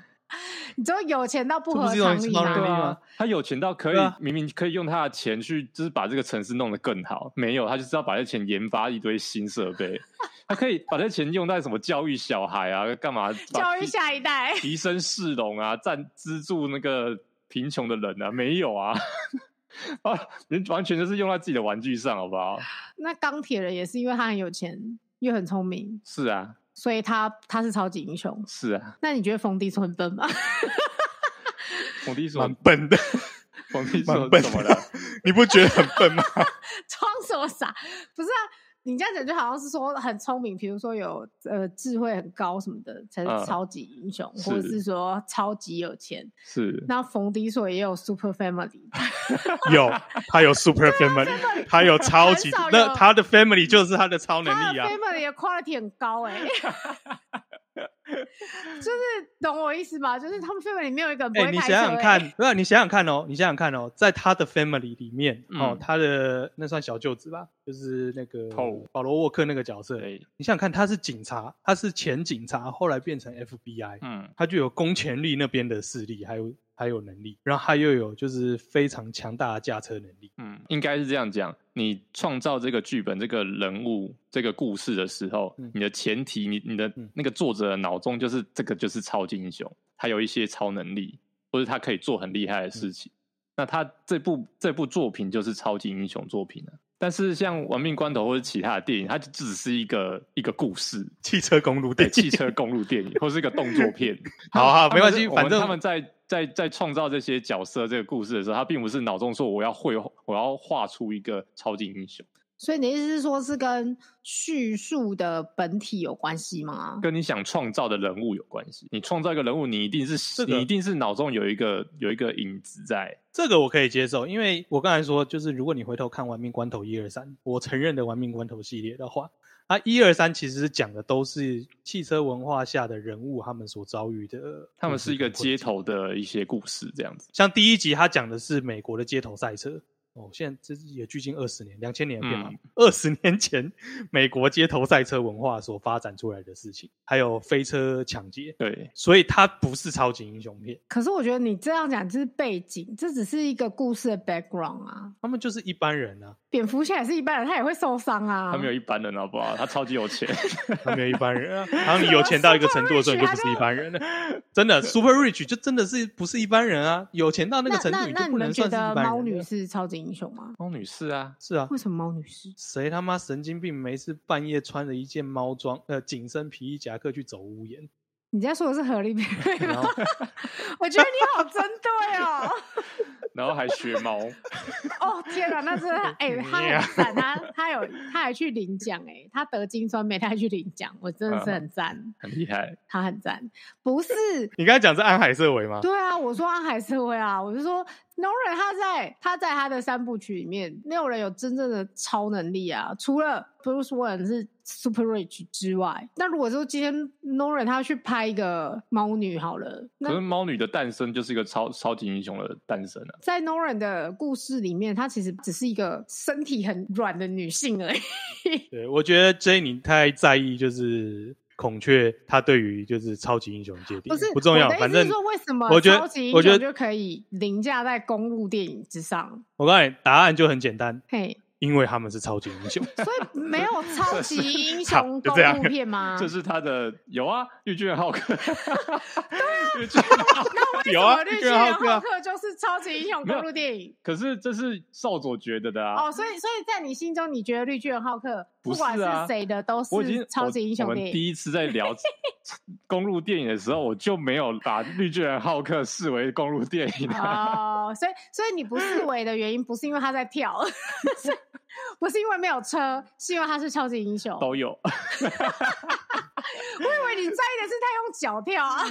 [SPEAKER 3] 你只有有钱到不
[SPEAKER 1] 这不
[SPEAKER 3] 合
[SPEAKER 1] 是一
[SPEAKER 3] 常
[SPEAKER 1] 种
[SPEAKER 3] 理
[SPEAKER 1] 超能
[SPEAKER 2] 对
[SPEAKER 1] 力
[SPEAKER 3] 吗？
[SPEAKER 2] 啊，他有钱到可以、
[SPEAKER 1] 对啊
[SPEAKER 2] 明明可以用他的钱去，就是把这个城市弄得更好。没有，他就是要把这钱研发一堆新设备， 他可以把这钱用在什么教育小孩啊，干嘛把
[SPEAKER 3] 教育
[SPEAKER 2] 提
[SPEAKER 3] 下一代，
[SPEAKER 2] 提升市容啊，赞资助那个贫穷的人啊，没有啊。 啊，人完全就是用在自己的玩具上，好不好？
[SPEAKER 3] 那钢铁人也是因为他很有钱又很聪明，
[SPEAKER 2] 是啊，
[SPEAKER 3] 所以他他是超级英雄。
[SPEAKER 2] 是啊，
[SPEAKER 3] 那你觉得冯迪是很笨吗？
[SPEAKER 2] 冯弟说
[SPEAKER 1] 蛮，笨的，
[SPEAKER 2] 冯弟说
[SPEAKER 1] 蛮笨
[SPEAKER 2] 怎么
[SPEAKER 1] 的
[SPEAKER 2] 了？，
[SPEAKER 1] 你不觉得很笨吗？
[SPEAKER 3] 装什么傻？不是啊，你这样讲就好像是说很聪明，比如说有呃智慧很高什么的才
[SPEAKER 2] 嗯
[SPEAKER 3] 是超级英雄，或者
[SPEAKER 2] 是
[SPEAKER 3] 是说超级有钱。
[SPEAKER 2] 是
[SPEAKER 3] 那冯迪所也有 Super Family，
[SPEAKER 1] 有，他有 super family，他有超级
[SPEAKER 3] 啊很少，有
[SPEAKER 1] 那他的 family 就是他的超
[SPEAKER 3] 他
[SPEAKER 1] 能
[SPEAKER 3] 的
[SPEAKER 1] 力啊。
[SPEAKER 3] Family 的 quality 很高 哎、就是懂我意思吧？就是他们 Family 没有一个人不
[SPEAKER 1] 哎、
[SPEAKER 3] 会
[SPEAKER 1] 你
[SPEAKER 3] 开
[SPEAKER 1] 想
[SPEAKER 3] 车、
[SPEAKER 1] 想
[SPEAKER 3] 欸
[SPEAKER 1] 看，不是你想想看哦，你想想看哦，在他的 family 里面，哦
[SPEAKER 2] 嗯，
[SPEAKER 1] 他的那算小舅子吧，就是那个
[SPEAKER 2] Paul
[SPEAKER 1] 保罗沃克那个角色。
[SPEAKER 2] 对，
[SPEAKER 1] 你想想看，他是警察，他是前警察，后来变成 FBI，
[SPEAKER 2] 嗯，
[SPEAKER 1] 他就有公权力那边的势力，还有还有能力，然后他又有就是非常强大的驾车能力。
[SPEAKER 2] 嗯，应该是这样讲。你创造这个剧本、这个人物、这个故事的时候，
[SPEAKER 1] 嗯
[SPEAKER 2] 你的前提，你你的
[SPEAKER 1] 嗯
[SPEAKER 2] 那个作者的脑中就是这个就是超级英雄，他有一些超能力，或者他可以做很厉害的
[SPEAKER 1] 嗯
[SPEAKER 2] 事情。那他这部这部作品就是超级英雄作品啊。但是像《亡命关头》或者其他的电影，它就只是一个一个故事，
[SPEAKER 1] 汽车公路
[SPEAKER 2] 对
[SPEAKER 1] 电
[SPEAKER 2] 汽车公路电影，或是一个动作片。
[SPEAKER 1] 好啊，
[SPEAKER 2] 他
[SPEAKER 1] 没
[SPEAKER 2] 们
[SPEAKER 1] 关
[SPEAKER 2] 是
[SPEAKER 1] 系，
[SPEAKER 2] 我
[SPEAKER 1] 反
[SPEAKER 2] 们
[SPEAKER 1] 正
[SPEAKER 2] 他们在在在创造这些角色、这个故事的时候，他并不是脑中说我要绘，我要画出一个超级英雄，
[SPEAKER 3] 所以你的意思是说，是跟叙述的本体有关系吗？
[SPEAKER 2] 跟你想创造的人物有关系。你创造一个人物，你一定是
[SPEAKER 1] 这个
[SPEAKER 2] 你一定是脑中有一个有一个影子在，
[SPEAKER 1] 这个我可以接受，因为我刚才说，就是如果你回头看《玩命关头》一二三，我承认的《玩命关头》系列的话，啊一二三其实讲的都是汽车文化下的人物他们所遭遇的，
[SPEAKER 2] 他们
[SPEAKER 1] 嗯
[SPEAKER 2] 是一个街。头的一些故事这样子。
[SPEAKER 1] 像第一集他讲的是美国的街头赛车，哦，现在这是也距近二十年，两千年的片嘛
[SPEAKER 2] 嗯，
[SPEAKER 1] 二十、年前美国街头赛车文化所发展出来的事情，还有飞车抢劫，
[SPEAKER 2] 对，
[SPEAKER 1] 所以它不是超级英雄片，
[SPEAKER 3] 可是我觉得你这样讲就是背景，这只是一个故事的 background 啊。
[SPEAKER 1] 他们就是一般人啊。
[SPEAKER 3] 蝙蝠侠也是一般人，他也会受伤啊。
[SPEAKER 2] 他没有一般人好不好？他超级 有钱，
[SPEAKER 1] 他没有一般人啊。然后你有钱到一个程度的时候，你就不是一般人了。真的，Super Rich 就真的是不是一般人啊？有钱到那个
[SPEAKER 3] 那
[SPEAKER 1] 程度，
[SPEAKER 3] 那
[SPEAKER 1] 你
[SPEAKER 3] 那
[SPEAKER 1] 就
[SPEAKER 3] 你
[SPEAKER 1] 不
[SPEAKER 3] 们
[SPEAKER 1] 能
[SPEAKER 3] 觉
[SPEAKER 1] 算是一
[SPEAKER 3] 得
[SPEAKER 1] 般
[SPEAKER 3] 猫
[SPEAKER 1] 人
[SPEAKER 3] 女
[SPEAKER 1] 了。
[SPEAKER 3] 是超级英雄吗？
[SPEAKER 2] 猫女士 啊，
[SPEAKER 1] 是啊，
[SPEAKER 3] 为什么猫女士？
[SPEAKER 1] 谁他妈神经病？每次半夜穿着一件猫装呃紧身皮衣夹克去走屋檐，
[SPEAKER 3] 你在说的是合力贝瑞
[SPEAKER 1] 然
[SPEAKER 3] 吗
[SPEAKER 1] 后？
[SPEAKER 3] 我觉得你好针对哦。
[SPEAKER 2] 然后还学猫，
[SPEAKER 3] 哦天哪，那 真的哎、他
[SPEAKER 1] 你啊
[SPEAKER 3] 很赞，他他有他还去领奖哎、他得金酸梅，他还去领奖，我真
[SPEAKER 1] 啊
[SPEAKER 3] 的是很赞，
[SPEAKER 2] 很厉害。
[SPEAKER 3] 他很赞，不是。
[SPEAKER 1] 你刚才讲是安海瑟薇吗？
[SPEAKER 3] 对啊，我说安海瑟薇啊，我就说 Nolan 他在他在他的三部曲里面，没有人有真正的超能力啊，除了 Bruce Wayne 是 Super Rich 之外，那如果说今天 Nolan 他去拍一个猫女好了，那
[SPEAKER 2] 可是猫女的诞生就是一个超超级英雄的诞生啊，
[SPEAKER 3] 在 Nolan 的故事里面，她其实只是一个身体很软的女性而已。
[SPEAKER 1] 嗯对，我觉得 J 你太在意就是孔雀，它对于就是超级英雄界定
[SPEAKER 3] 不是
[SPEAKER 1] 不重要
[SPEAKER 3] 我的，意
[SPEAKER 1] 反
[SPEAKER 3] 思是
[SPEAKER 1] 正
[SPEAKER 3] 说为什么
[SPEAKER 1] 我觉得
[SPEAKER 3] 超级
[SPEAKER 1] 我
[SPEAKER 3] 英
[SPEAKER 1] 觉得
[SPEAKER 3] 雄就可以凌驾在公路电影之上？
[SPEAKER 1] 我告诉你，答案就很简单，
[SPEAKER 3] 嘿，
[SPEAKER 1] 因为他们是超级英 雄。
[SPEAKER 3] 所以没有超级 英
[SPEAKER 1] 好
[SPEAKER 3] 雄
[SPEAKER 1] 就
[SPEAKER 3] 公
[SPEAKER 1] 这样
[SPEAKER 3] 路片吗？
[SPEAKER 2] 这是他的有啊，绿巨人浩克，绿巨人浩克。
[SPEAKER 1] 有啊，
[SPEAKER 3] 绿
[SPEAKER 1] 绿
[SPEAKER 3] 巨
[SPEAKER 1] 巨
[SPEAKER 3] 人
[SPEAKER 1] 人浩克
[SPEAKER 3] 浩
[SPEAKER 1] 啊，
[SPEAKER 3] 克就是超级英雄
[SPEAKER 2] 没有
[SPEAKER 3] 公路电影。
[SPEAKER 2] 可是这是少佐觉得的啊，
[SPEAKER 3] 哦，所以所以在你心中，你觉得绿巨人浩克
[SPEAKER 2] 不
[SPEAKER 3] 不管
[SPEAKER 2] 是啊
[SPEAKER 3] 是谁的都
[SPEAKER 2] 我已经
[SPEAKER 3] 是超级英
[SPEAKER 2] 我
[SPEAKER 3] 雄
[SPEAKER 2] 我
[SPEAKER 3] 电
[SPEAKER 2] 们
[SPEAKER 3] 影？
[SPEAKER 2] 第一次在 聊公路电影的时候，我就没有把绿巨人浩克视为公路电 影啊。
[SPEAKER 3] 哦，所以所以你不视为的原因不是因为他在跳， 是不是因为没有车，是因为他是超级英雄。
[SPEAKER 2] 都有，
[SPEAKER 3] 我以为你在意的是他用脚 跳啊，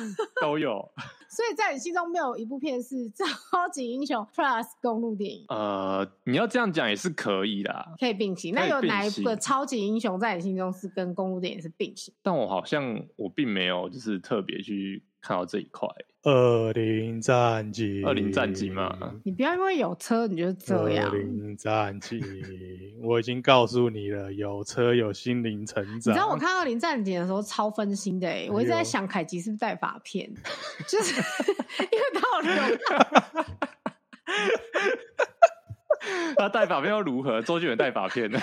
[SPEAKER 2] 都有。
[SPEAKER 3] 所以在你心中没有一部片是超级英雄 plus 公路电影
[SPEAKER 2] 呃，你要这样讲也是可以啊啦，
[SPEAKER 3] 可以并行。
[SPEAKER 2] 可以
[SPEAKER 3] 那有哪一
[SPEAKER 2] 并
[SPEAKER 3] 个
[SPEAKER 2] 行
[SPEAKER 3] 超级英雄在你心中是跟公路电影是并行？
[SPEAKER 2] 但我好像我并没有就是特别去看到这一块。
[SPEAKER 1] 二零战警，
[SPEAKER 2] 恶灵战警嘛
[SPEAKER 3] 你不要因为有车你就这样
[SPEAKER 1] 恶。灵战警，我已经告诉你了，有车有心灵成长。
[SPEAKER 3] 你知道我看到《林战警》的时候超分心的、欸，我一直
[SPEAKER 1] 哎
[SPEAKER 3] 在
[SPEAKER 1] 呦
[SPEAKER 3] 想凯吉是不是带发片， 就是因为他有流
[SPEAKER 2] 他带法片又如何？周杰伦带法 片呢？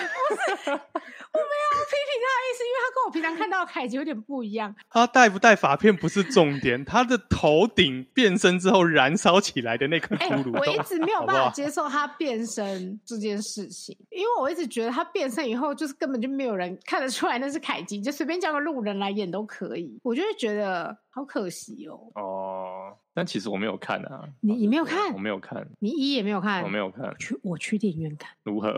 [SPEAKER 3] 我批评他的意思，因为他跟我平常看到的凯吉有点不一样。
[SPEAKER 1] 他戴不戴发片不是重点，他的头顶变身之后燃烧起来的那颗
[SPEAKER 3] 哎、
[SPEAKER 1] 骷髅
[SPEAKER 3] 我一
[SPEAKER 1] 头，
[SPEAKER 3] 直没有
[SPEAKER 1] 啊好不
[SPEAKER 3] 办法
[SPEAKER 1] 好
[SPEAKER 3] 接受他变身这件事情，因为我一直觉得他变身以后，就是根本就没有人看得出来那是凯基，就随便叫个路人来演都可以。我就会觉得好可惜哦，
[SPEAKER 2] 哦，但其实我没有看啊。
[SPEAKER 3] 你你没有
[SPEAKER 2] 对
[SPEAKER 3] 看
[SPEAKER 2] 我没有看，
[SPEAKER 3] 你一也没有看，
[SPEAKER 2] 我没有看
[SPEAKER 3] 我，去我去电影院看，
[SPEAKER 2] 如何？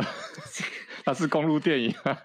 [SPEAKER 2] 它是公路电影啊。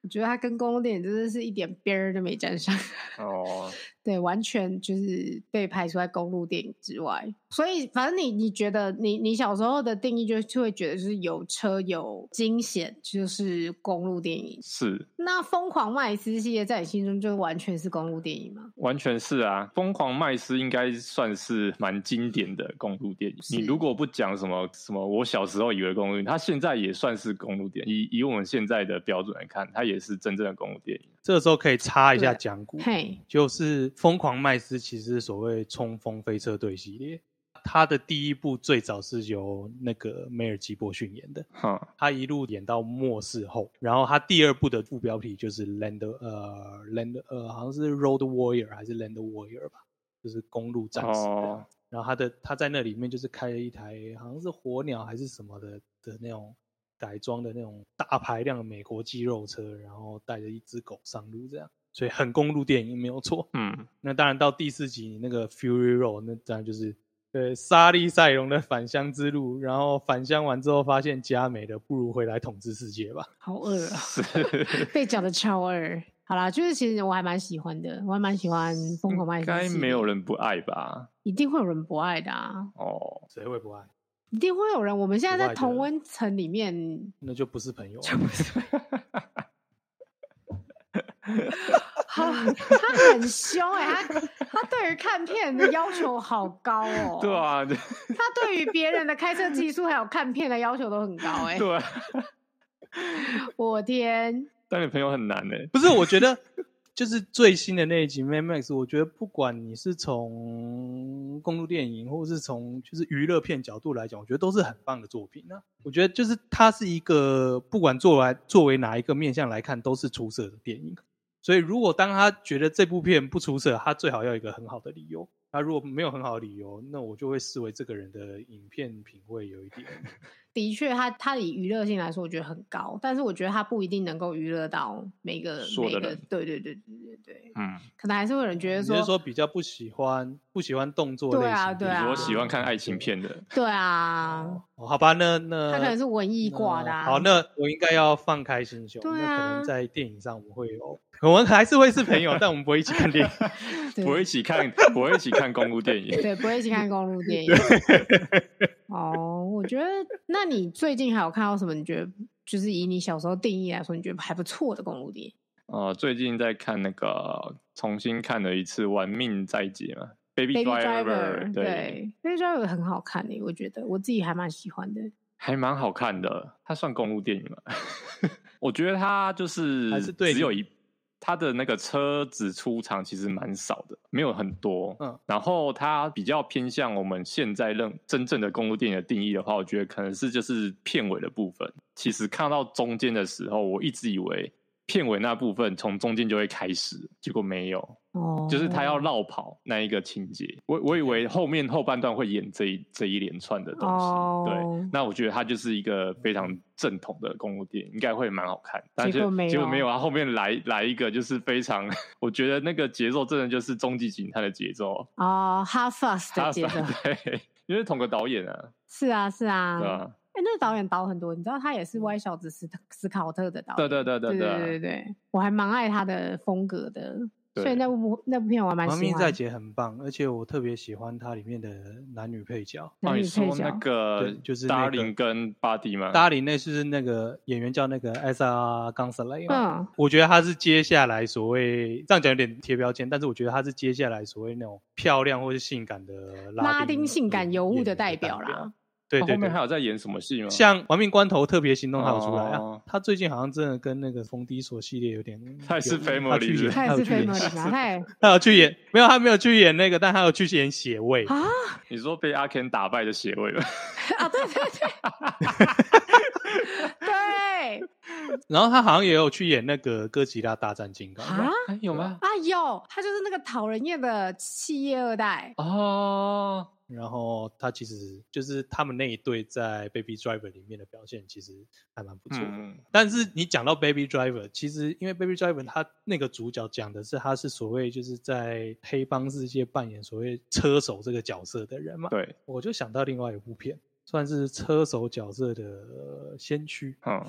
[SPEAKER 3] 我觉得他跟公共电影真的是一点边儿都没沾上。
[SPEAKER 2] 哦，
[SPEAKER 3] 对，完全就是被排除在公路电影之外。所以，反正你你觉得你你小时候的定义就就会觉得就是有车有惊险，就是公路电影。
[SPEAKER 2] 是，
[SPEAKER 3] 那《疯狂麦斯》系列在你心中就完全是公路电影吗？
[SPEAKER 2] 完全是啊。疯狂麦斯应该算是蛮经典的公路电影。
[SPEAKER 3] 是
[SPEAKER 2] 你如果不讲什么什么，我小时候以为公路电影，它现在也算是公路电影。以以我们现在的标准来看，它也是真正的公路电影。
[SPEAKER 1] 这时候可以插一下
[SPEAKER 3] 对
[SPEAKER 1] 讲古，
[SPEAKER 3] 嘿，
[SPEAKER 1] 就是《疯狂麦斯》其实是所谓冲锋飞车队系列，它的第一部最早是由那个梅尔吉伯逊演的，
[SPEAKER 2] 哈，
[SPEAKER 1] 他一路演到末世后，然后他第二部的副标题就是 Land 呃 Land 呃好像是 Road Warrior 还是 Land Warrior 吧，就是公路战士。
[SPEAKER 2] 哦，
[SPEAKER 1] 然后他的他在那里面就是开了一台好像是火鸟还是什么的的那种改装的那种大排量的美国肌肉车，然后带着一只狗上路这样，所以很公路电影没有错。
[SPEAKER 2] 嗯，
[SPEAKER 1] 那当然到第四集你那个 Fury Road，那当然就是呃沙利塞隆的返乡之路，然后返乡完之后发现佳美的不如回来统治世界吧。
[SPEAKER 3] 好饿哦，
[SPEAKER 2] 是。
[SPEAKER 3] 被讲的超饿。好啦，就是其实我还蛮喜欢的，我还蛮喜欢《疯狂麦
[SPEAKER 2] 应
[SPEAKER 3] 斯》。
[SPEAKER 2] 该没有，人不爱吧？
[SPEAKER 3] 一定会有人不爱的啊，
[SPEAKER 2] 哦，
[SPEAKER 1] 谁会不爱？
[SPEAKER 3] 一定会有人。我们现在
[SPEAKER 1] 不
[SPEAKER 3] 在
[SPEAKER 1] 爱的
[SPEAKER 3] 同温层里面，
[SPEAKER 1] 那就不是朋友啊、
[SPEAKER 3] 好，
[SPEAKER 1] 嗯
[SPEAKER 3] 他很凶 哎、他他对于看片的要求好高哦。
[SPEAKER 2] 对，啊，
[SPEAKER 3] 他对于别人的开车技术还有看片的要求都很高哎、
[SPEAKER 2] 对
[SPEAKER 1] 啊
[SPEAKER 2] 啊，
[SPEAKER 3] 我天，
[SPEAKER 2] 当你朋友很难欸呢。
[SPEAKER 1] 不是，我觉得就是最新的那一集《Mad Max》，我觉得不管你是从公路电影，或是从就是娱乐片角度来讲，我觉得都是很棒的作品啊。我觉得就是它是一个不管作为作为哪一个面向来看，都是出色的电影。所以，如果当他觉得这部片不出色，他最好要有一个很好的理由。他如果没有很好的理由，那我就会视为这个人的影片品味有一点
[SPEAKER 3] 的确，它它以娱乐性来说，我觉得很高，但是我觉得它不一定能够娱乐到每个
[SPEAKER 2] 所
[SPEAKER 3] 每
[SPEAKER 2] 有的
[SPEAKER 3] 个，
[SPEAKER 2] 人
[SPEAKER 3] 对对对对对对，
[SPEAKER 2] 嗯，
[SPEAKER 3] 可能还是会有人觉得
[SPEAKER 1] 你是说比较不喜欢不喜欢动作类
[SPEAKER 3] 对
[SPEAKER 1] 型
[SPEAKER 3] 啊
[SPEAKER 1] 的
[SPEAKER 3] 对啊
[SPEAKER 1] 人
[SPEAKER 2] 我喜欢看爱情片的，
[SPEAKER 3] 对啊，
[SPEAKER 1] 哦，好吧，那那
[SPEAKER 3] 他可能是文艺挂的、
[SPEAKER 1] 那
[SPEAKER 3] 啊
[SPEAKER 1] 哦好，那我应该要放开心胸。
[SPEAKER 3] 对
[SPEAKER 1] 那可
[SPEAKER 3] 啊
[SPEAKER 1] 能在电影上我们会有， 我们还是会是朋友， 但我们不会一起看电影。
[SPEAKER 3] 对
[SPEAKER 2] 我会一起看，我会一起看公路电影。
[SPEAKER 3] 对，不会一起看公路电影。 哦，我觉得，那你最近还有看到什么？你觉得就是以你小时候定义来说，你觉得还不错的公路电影？
[SPEAKER 2] 呃，最近在看那个重新看了一次《玩命再劫》嘛，《Baby
[SPEAKER 3] Baby
[SPEAKER 2] Driver》，
[SPEAKER 3] Driver，
[SPEAKER 2] 对，
[SPEAKER 3] 对，Baby Driver 很好看的、我觉得我自己还蛮喜欢的。
[SPEAKER 2] 还蛮好看的。它算公路电影吗？ 我觉得它就是
[SPEAKER 1] 还是对
[SPEAKER 2] 只有
[SPEAKER 1] 你
[SPEAKER 2] 一。它的那个车子出场其实蛮少的，没有很多。
[SPEAKER 1] 嗯，
[SPEAKER 2] 然后它比较偏向我们现在认真正的公路电影的定义的话，我觉得可能是就是片尾的部分。其实看到中间的时候，我一直以为片尾那部分从中间就会开始，结果没有。
[SPEAKER 3] 哦，
[SPEAKER 2] 就是他要绕跑那一个情节。我我以为后面后半段会演这一这一连串的东西，
[SPEAKER 3] 哦
[SPEAKER 2] 对。那我觉得它就是一个非常正统的公路电影，应该会蛮好看。但
[SPEAKER 3] 结果没有
[SPEAKER 2] 结果没有啊，后面来来一个就是非常， 我觉得那个节奏真的就是《终极警探》的节奏，
[SPEAKER 3] 哦，Hard Fast 的节奏，
[SPEAKER 2] 对，因为同个导演啊，
[SPEAKER 3] 是啊是啊。
[SPEAKER 2] 对
[SPEAKER 3] 哎、
[SPEAKER 2] 吧？
[SPEAKER 3] 那个导演导很多，你知道他也是歪小子斯斯考特的导演。
[SPEAKER 2] 对对对
[SPEAKER 3] 对
[SPEAKER 2] 对啊
[SPEAKER 3] 对对对，我还蛮爱他的风格的，
[SPEAKER 2] 对
[SPEAKER 3] 所以那部那部片我还蛮
[SPEAKER 1] 王
[SPEAKER 3] 喜
[SPEAKER 1] 明
[SPEAKER 3] 欢。
[SPEAKER 1] 在杰很棒，而且我特别喜欢它里面的男女配角。
[SPEAKER 2] 哦，
[SPEAKER 3] 男
[SPEAKER 2] 你
[SPEAKER 3] 女配
[SPEAKER 2] 说那
[SPEAKER 3] 角
[SPEAKER 2] 个
[SPEAKER 1] 对就是那
[SPEAKER 2] 达
[SPEAKER 1] 个
[SPEAKER 2] 林跟巴迪吗？
[SPEAKER 1] 达里那是那个演员叫那个艾莎·冈萨雷嘛，
[SPEAKER 3] 嗯，
[SPEAKER 1] 我觉得他是接下来所谓这样讲有点贴标签，但是我觉得他是接下来所谓那种漂亮或是性感的
[SPEAKER 3] 拉
[SPEAKER 1] 丁
[SPEAKER 3] 丁性感尤物
[SPEAKER 1] 演
[SPEAKER 3] 的
[SPEAKER 1] 员代
[SPEAKER 3] 代表啦。。
[SPEAKER 1] 对
[SPEAKER 2] 哦
[SPEAKER 1] 对
[SPEAKER 2] 后
[SPEAKER 1] 对
[SPEAKER 2] 面还，有在演什么戏吗？
[SPEAKER 1] 像《亡命关头》特别行动，他有出来
[SPEAKER 2] 哦
[SPEAKER 1] 啊。他最近好像真的跟那个冯迪索系列有点，
[SPEAKER 2] 他也是
[SPEAKER 1] 有
[SPEAKER 2] family
[SPEAKER 1] 他去
[SPEAKER 2] 是不
[SPEAKER 1] 演，
[SPEAKER 2] 是
[SPEAKER 3] 他也
[SPEAKER 1] 有
[SPEAKER 3] 是
[SPEAKER 1] 去
[SPEAKER 3] 非
[SPEAKER 1] 演
[SPEAKER 3] 魔里嘛，他 也
[SPEAKER 1] 他有去演，没有他没有去演那个，但他有去演血味。
[SPEAKER 3] 啊
[SPEAKER 2] 你说被阿 Ken 打败的血味吗？
[SPEAKER 3] 啊，对对对，对
[SPEAKER 1] 然后他好像也有去演那个《哥吉拉大战金刚》
[SPEAKER 3] 啊
[SPEAKER 1] 哎
[SPEAKER 2] 还有吗？
[SPEAKER 3] 啊有，他就是那个讨人厌的企业二代，
[SPEAKER 2] 哦，
[SPEAKER 1] 然后他其实就是他们那一队在《Baby Driver》里面的表现，其实还蛮不错的。
[SPEAKER 2] 嗯，
[SPEAKER 1] 但是你讲到 Baby Driver，其实因为 Baby Driver 他那个主角讲的是他是所谓就是在黑帮世界扮演所谓车手这个角色的人嘛，
[SPEAKER 2] 对，
[SPEAKER 1] 我就想到另外一部片，算是车手角色的呃先驱，
[SPEAKER 2] 嗯，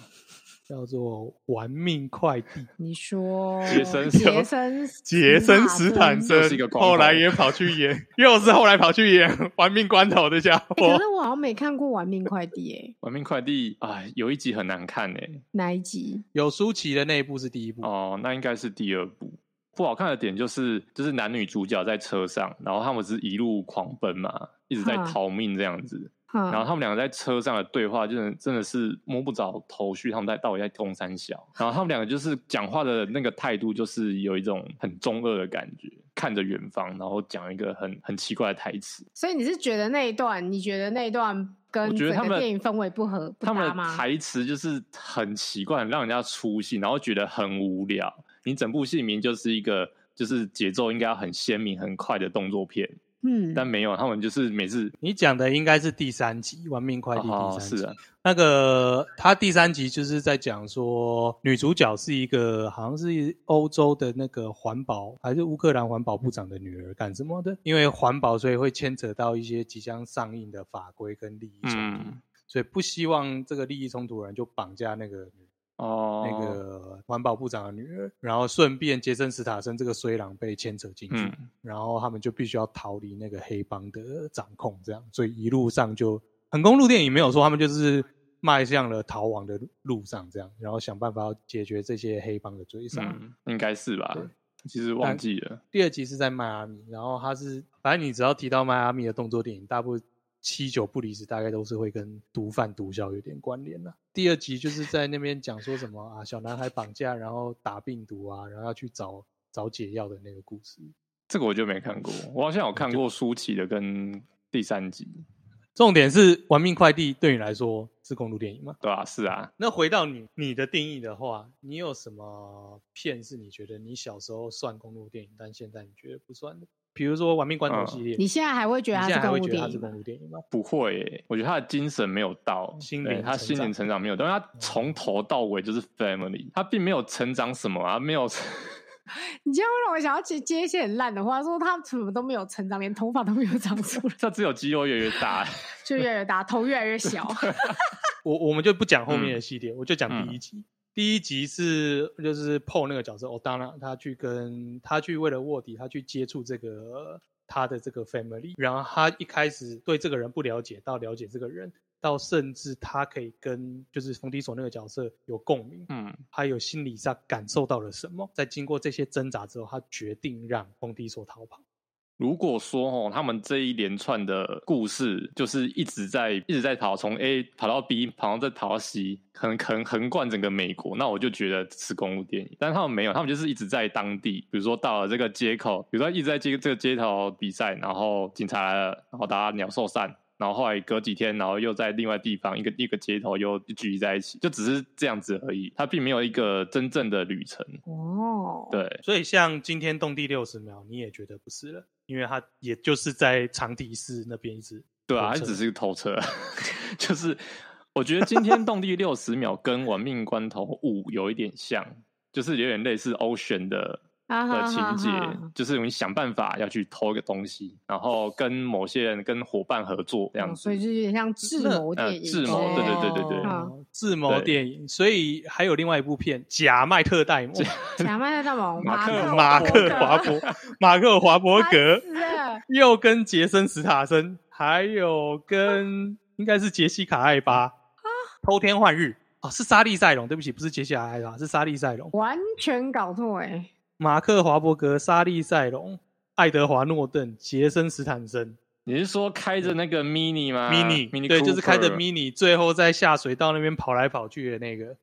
[SPEAKER 1] 叫做《玩命快递》。
[SPEAKER 3] 你说
[SPEAKER 2] 杰森
[SPEAKER 3] 杰森
[SPEAKER 1] 杰森·斯
[SPEAKER 3] 斯
[SPEAKER 1] 坦
[SPEAKER 2] 又
[SPEAKER 1] 森
[SPEAKER 2] 是一个光头
[SPEAKER 1] 后来也跑去演，又是后来跑去演《玩命关头》的家
[SPEAKER 3] 哎可
[SPEAKER 1] 伙
[SPEAKER 3] 是。我好像没看过《玩命快递》哎，
[SPEAKER 2] 玩命快递啊，有一集很难看哎、
[SPEAKER 3] 哪一集？
[SPEAKER 1] 有舒淇的那一部是第一部，
[SPEAKER 2] 哦，那应该是第二部。不好看的点就是，就是男女主角在车上，然后他们是一路狂奔嘛，一直在
[SPEAKER 3] 哈
[SPEAKER 2] 逃命这样子。
[SPEAKER 3] 然
[SPEAKER 2] 然后他们两个在车上的对话，就是真的是摸不着头绪，他们在到底在攻三小。然后他们两个就是讲话的那个态度，就是有一种很中二的感觉，看着远方，然后讲一个很很奇怪的台词。
[SPEAKER 3] 所以你是觉得那一段，你觉得那一段跟
[SPEAKER 2] 我觉
[SPEAKER 3] 整
[SPEAKER 2] 得他
[SPEAKER 3] 个
[SPEAKER 2] 们的
[SPEAKER 3] 电影氛围不合不
[SPEAKER 2] 他们
[SPEAKER 3] 搭
[SPEAKER 2] 的
[SPEAKER 3] 吗？
[SPEAKER 2] 台词就是很奇怪，很让人家出戏，然后觉得很无聊。你整部戏明明就是一个就是节奏应该要很鲜明、很快的动作片，
[SPEAKER 3] 嗯，
[SPEAKER 2] 但没有，他们就是每次
[SPEAKER 1] 你讲的应该是第三集《玩命快递》
[SPEAKER 2] 哦
[SPEAKER 1] 第三
[SPEAKER 2] 是
[SPEAKER 1] 集。
[SPEAKER 2] 啊，
[SPEAKER 1] 那个他第三集就是在讲说，女主角是一个好像是欧洲的那个环保还是乌克兰环保部长的女儿干什么的？因为环保，所以会牵扯到一些即将上映的法规跟利益冲突，
[SPEAKER 2] 嗯，
[SPEAKER 1] 所以不希望这个利益冲突的人就绑架那个女。
[SPEAKER 2] 哦，
[SPEAKER 1] 那个环保部长的女儿，然后顺便杰森·斯塔森这个衰狼被牵扯进去，
[SPEAKER 2] 嗯
[SPEAKER 1] 然后他们就必须要逃离那个黑帮的掌控，这样，所以一路上就很公路电影没有说他们就是迈向了逃亡的路上，这样，然后想办法要解决这些黑帮的追杀。
[SPEAKER 2] 嗯，应该是吧
[SPEAKER 1] 对？
[SPEAKER 2] 其实忘记了，
[SPEAKER 1] 第二集是在迈阿密，然后他是反正你只要提到迈阿密的动作电影，大部分七九不离十，大概都是会跟毒贩毒枭有点关联啦、第二集就是在那边讲说什么啊，小男孩绑架，然后打病毒啊，然后要去找找解药的那个故事。
[SPEAKER 2] 这个我就没看过。我好像有看过舒淇的跟第三集，
[SPEAKER 1] 重点是《玩命快递》对你来说是公路电影吗？
[SPEAKER 2] 对啊，是啊，
[SPEAKER 1] 那回到你你的定义的话，你有什么片是你觉得你小时候算公路电影，但现在你觉得不算的？比如说《玩命关头》系列，
[SPEAKER 3] 你现在还会觉得
[SPEAKER 1] 你
[SPEAKER 3] 它
[SPEAKER 1] 现在
[SPEAKER 3] 是
[SPEAKER 1] 还
[SPEAKER 3] 公
[SPEAKER 1] 会
[SPEAKER 3] 路
[SPEAKER 1] 觉得它
[SPEAKER 3] 电
[SPEAKER 1] 是
[SPEAKER 3] 影吗
[SPEAKER 1] 公？路电影吗？
[SPEAKER 2] 不会耶，我觉得他的精神没有到
[SPEAKER 1] 心
[SPEAKER 2] 对
[SPEAKER 1] 灵
[SPEAKER 2] 他
[SPEAKER 1] 成
[SPEAKER 2] 心灵
[SPEAKER 1] 长
[SPEAKER 2] 成长没有到，因为他从头到尾就是 family，他并没有成长什么啊，没有，
[SPEAKER 3] 你这样会让我想要接接一些很烂的话，说他什么都没有成长，连头发都没有长出来
[SPEAKER 2] 他只有肌肉越来越大。
[SPEAKER 3] 就越来越大，头越来越小。
[SPEAKER 1] 我我们就不讲后面的
[SPEAKER 2] 嗯
[SPEAKER 1] 系列，我就讲
[SPEAKER 2] 嗯
[SPEAKER 1] 第一集。第一集是就是 Paul 那个角色 o d a n a 他去跟他去为了卧底，他去接触这个他的这个 family，然后他一开始对这个人不了解，到了解这个人，到甚至他可以跟就是冯迪索那个角色有共鸣，
[SPEAKER 2] 嗯，
[SPEAKER 1] 他有心理上感受到了什么。在经过这些挣扎之后，他决定让冯迪索逃跑。
[SPEAKER 2] 如果说哦，他们这一连串的故事就是一直在一直在跑，从 A 跑到 B，跑到再跑到 C，横横横贯整个美国，那我就觉得是公路电影。但他们没有，他们就是一直在当地，比如说到了这个街口，比如说一直在街这个街头比赛，然后警察来了，然后大家鸟兽散。然后后来隔几天，然后又在另外地方一个一个街头又聚集在一起，就只是这样子而已。它并没有一个真正的旅程。
[SPEAKER 3] 哦，，
[SPEAKER 2] 对，
[SPEAKER 1] 所以像今天动地六十秒，你也觉得不是了，因为他也就是在长堤市那边一直
[SPEAKER 2] 对
[SPEAKER 1] 投
[SPEAKER 2] 啊，它
[SPEAKER 1] 车
[SPEAKER 2] 只是个头车， 就是我觉得今天动力六十秒跟玩命关头五有一点像，就是有点类似 Ocean 的
[SPEAKER 3] 啊 哈
[SPEAKER 2] 的情节
[SPEAKER 3] 哈哈，
[SPEAKER 2] 就是你想办法要去偷个东西，然后跟某些人跟伙伴合作这样
[SPEAKER 3] 哦
[SPEAKER 2] 子
[SPEAKER 3] 所以。就有点像智
[SPEAKER 1] 那
[SPEAKER 3] 谋
[SPEAKER 2] 呃
[SPEAKER 3] 电影之
[SPEAKER 2] 智
[SPEAKER 3] 类的，
[SPEAKER 2] 谋对 对对对对
[SPEAKER 3] 哦
[SPEAKER 1] 哦智谋电影，所以还有另外一部片《假麦特 戴蒙》，
[SPEAKER 3] 假扮的大王
[SPEAKER 2] 马克
[SPEAKER 3] 克
[SPEAKER 1] 马克华
[SPEAKER 3] 伯
[SPEAKER 1] 伯，马克华伯
[SPEAKER 3] 格
[SPEAKER 1] 格，
[SPEAKER 3] 烦死了
[SPEAKER 1] 又跟杰森·斯塔森，还有跟应该是杰西卡·艾巴，偷天换日啊，是莎莉·塞隆，对不起，不是杰西卡·艾巴，是莎莉·塞隆，
[SPEAKER 3] 完全搞错哎，
[SPEAKER 1] 马克华伯格、莎莉·塞隆、爱德华·诺顿、杰森·斯坦森
[SPEAKER 2] 你是说开着那个 mini 吗
[SPEAKER 1] 啊 mini，
[SPEAKER 2] mini
[SPEAKER 1] 对，就是开着
[SPEAKER 2] Cooper
[SPEAKER 1] mini，最后在下水道那边跑来跑去的那个。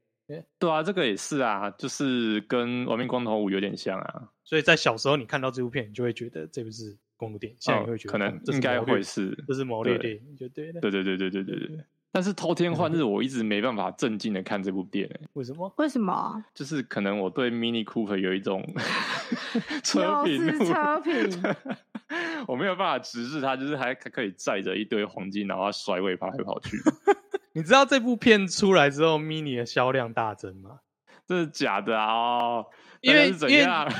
[SPEAKER 2] 对啊，这个也是啊，就是跟玩命关头五有点像啊，
[SPEAKER 1] 所以在小时候你看到这部片，你就会觉得这部是公路电影，现在
[SPEAKER 2] 嗯
[SPEAKER 1] 你会觉得、
[SPEAKER 2] 可
[SPEAKER 1] 哦
[SPEAKER 2] 能
[SPEAKER 1] 这是
[SPEAKER 2] 应该
[SPEAKER 1] 谋略
[SPEAKER 2] 会是
[SPEAKER 1] 这是谋略
[SPEAKER 2] 对
[SPEAKER 1] 电影，就对了。
[SPEAKER 2] 对对对对对对对。但是偷天换日，我一直没办法镇静的看这部电、欸，
[SPEAKER 1] 为什么？
[SPEAKER 3] 为什么
[SPEAKER 2] 就是可能我对 Mini Cooper 有一种车
[SPEAKER 3] 又
[SPEAKER 2] 品
[SPEAKER 3] 是
[SPEAKER 2] 路，
[SPEAKER 3] 车评？
[SPEAKER 2] 我没有办法直视它，就是还可可以载着一堆黄金，然后它甩尾跑来跑去，
[SPEAKER 1] 你知道这部片出来之后，mini 的销量大增吗？
[SPEAKER 2] 这是假的啊、哦！
[SPEAKER 1] 因为
[SPEAKER 2] 大家是怎样？啊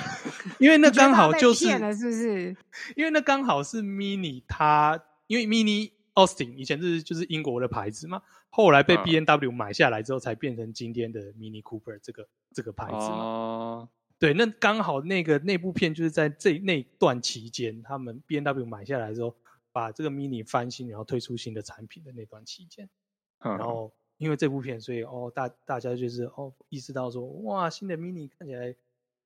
[SPEAKER 1] 因为那刚好
[SPEAKER 3] 你觉得他被
[SPEAKER 1] 就是，
[SPEAKER 3] 骗了是不是？
[SPEAKER 1] 因为那刚好是 mini 它，因为 mini Austin 以前是就是英国的牌子嘛，后来被
[SPEAKER 2] 嗯
[SPEAKER 1] B N W 买下来之后，才变成今天的 mini Cooper 这个这个牌子嘛。
[SPEAKER 2] 哦，
[SPEAKER 1] 对，那刚好那个那部片就是在这那段期间，他们 B N W 买下来之后，把这个 Mini 翻新，然后推出新的产品的那段期间，
[SPEAKER 2] 然
[SPEAKER 1] 然后因为这部片，所以哦大大家就是哦意识到说，哇，新的 Mini 看起来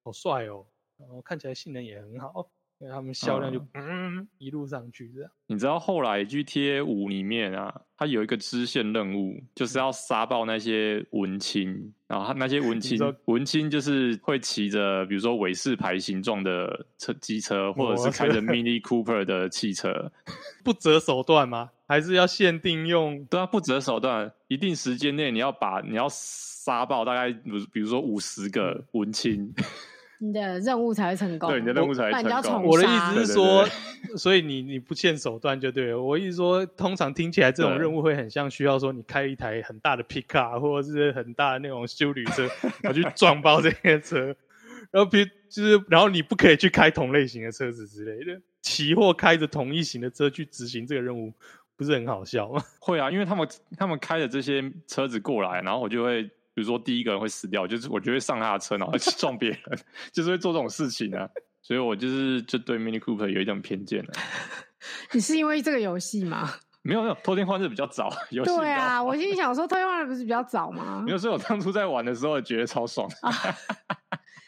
[SPEAKER 1] 好帅哦，然后看起来性能也很好，因为他们销量就嗯一路上去这样。
[SPEAKER 2] 你知道后来 GTA 五里面啊，它有一个支线任务，就是要杀爆那些文青，然后他那些文青
[SPEAKER 1] 你说，
[SPEAKER 2] 文青就是会骑着比如说韦氏牌形状的车机车，或者是
[SPEAKER 1] 摩托车
[SPEAKER 2] 开着 Mini Cooper 的汽车，
[SPEAKER 1] 不择手段吗？还是要限定用？
[SPEAKER 2] 对啊，不择手段，一定时间内你要把你要杀爆大概比如比如说五十
[SPEAKER 1] 嗯
[SPEAKER 2] 个文青，
[SPEAKER 3] 你的任务才会成功，
[SPEAKER 2] 对你的任务才会
[SPEAKER 3] 不然你就要
[SPEAKER 2] 成功
[SPEAKER 3] 重
[SPEAKER 1] 我的意
[SPEAKER 3] 杀
[SPEAKER 1] 思是
[SPEAKER 2] 对对
[SPEAKER 1] 说
[SPEAKER 2] 对，
[SPEAKER 1] 所以你你不欠手段就对了。我意思说，通常听起来这种
[SPEAKER 2] 对
[SPEAKER 1] 任务会很像需要说你开一台很大的皮卡或者是很大的那种修旅车， 然后去撞爆这些车，然后比就是然后你不可以去开同类型的车子之类的，骑或开着同一型的车去执行这个任务，不是很好笑 吗？
[SPEAKER 2] 会啊，因为他们他们开着这些车子过来，然后我就会，比如说第一个人会死掉，就是我就会上他的车，然后去撞别人， 就是会做这种事情啊。所以我就是就对 Mini Cooper 有一种偏见了、啊。
[SPEAKER 3] 你是因为这个游戏吗？
[SPEAKER 2] 没有没有，偷天换日比较早，游戏比较
[SPEAKER 3] 对啊，
[SPEAKER 2] 晚
[SPEAKER 3] 我心里想说，推换的不是比较早吗
[SPEAKER 2] 没？有，所以我当初在玩的时候觉得超爽
[SPEAKER 1] 啊
[SPEAKER 2] 的。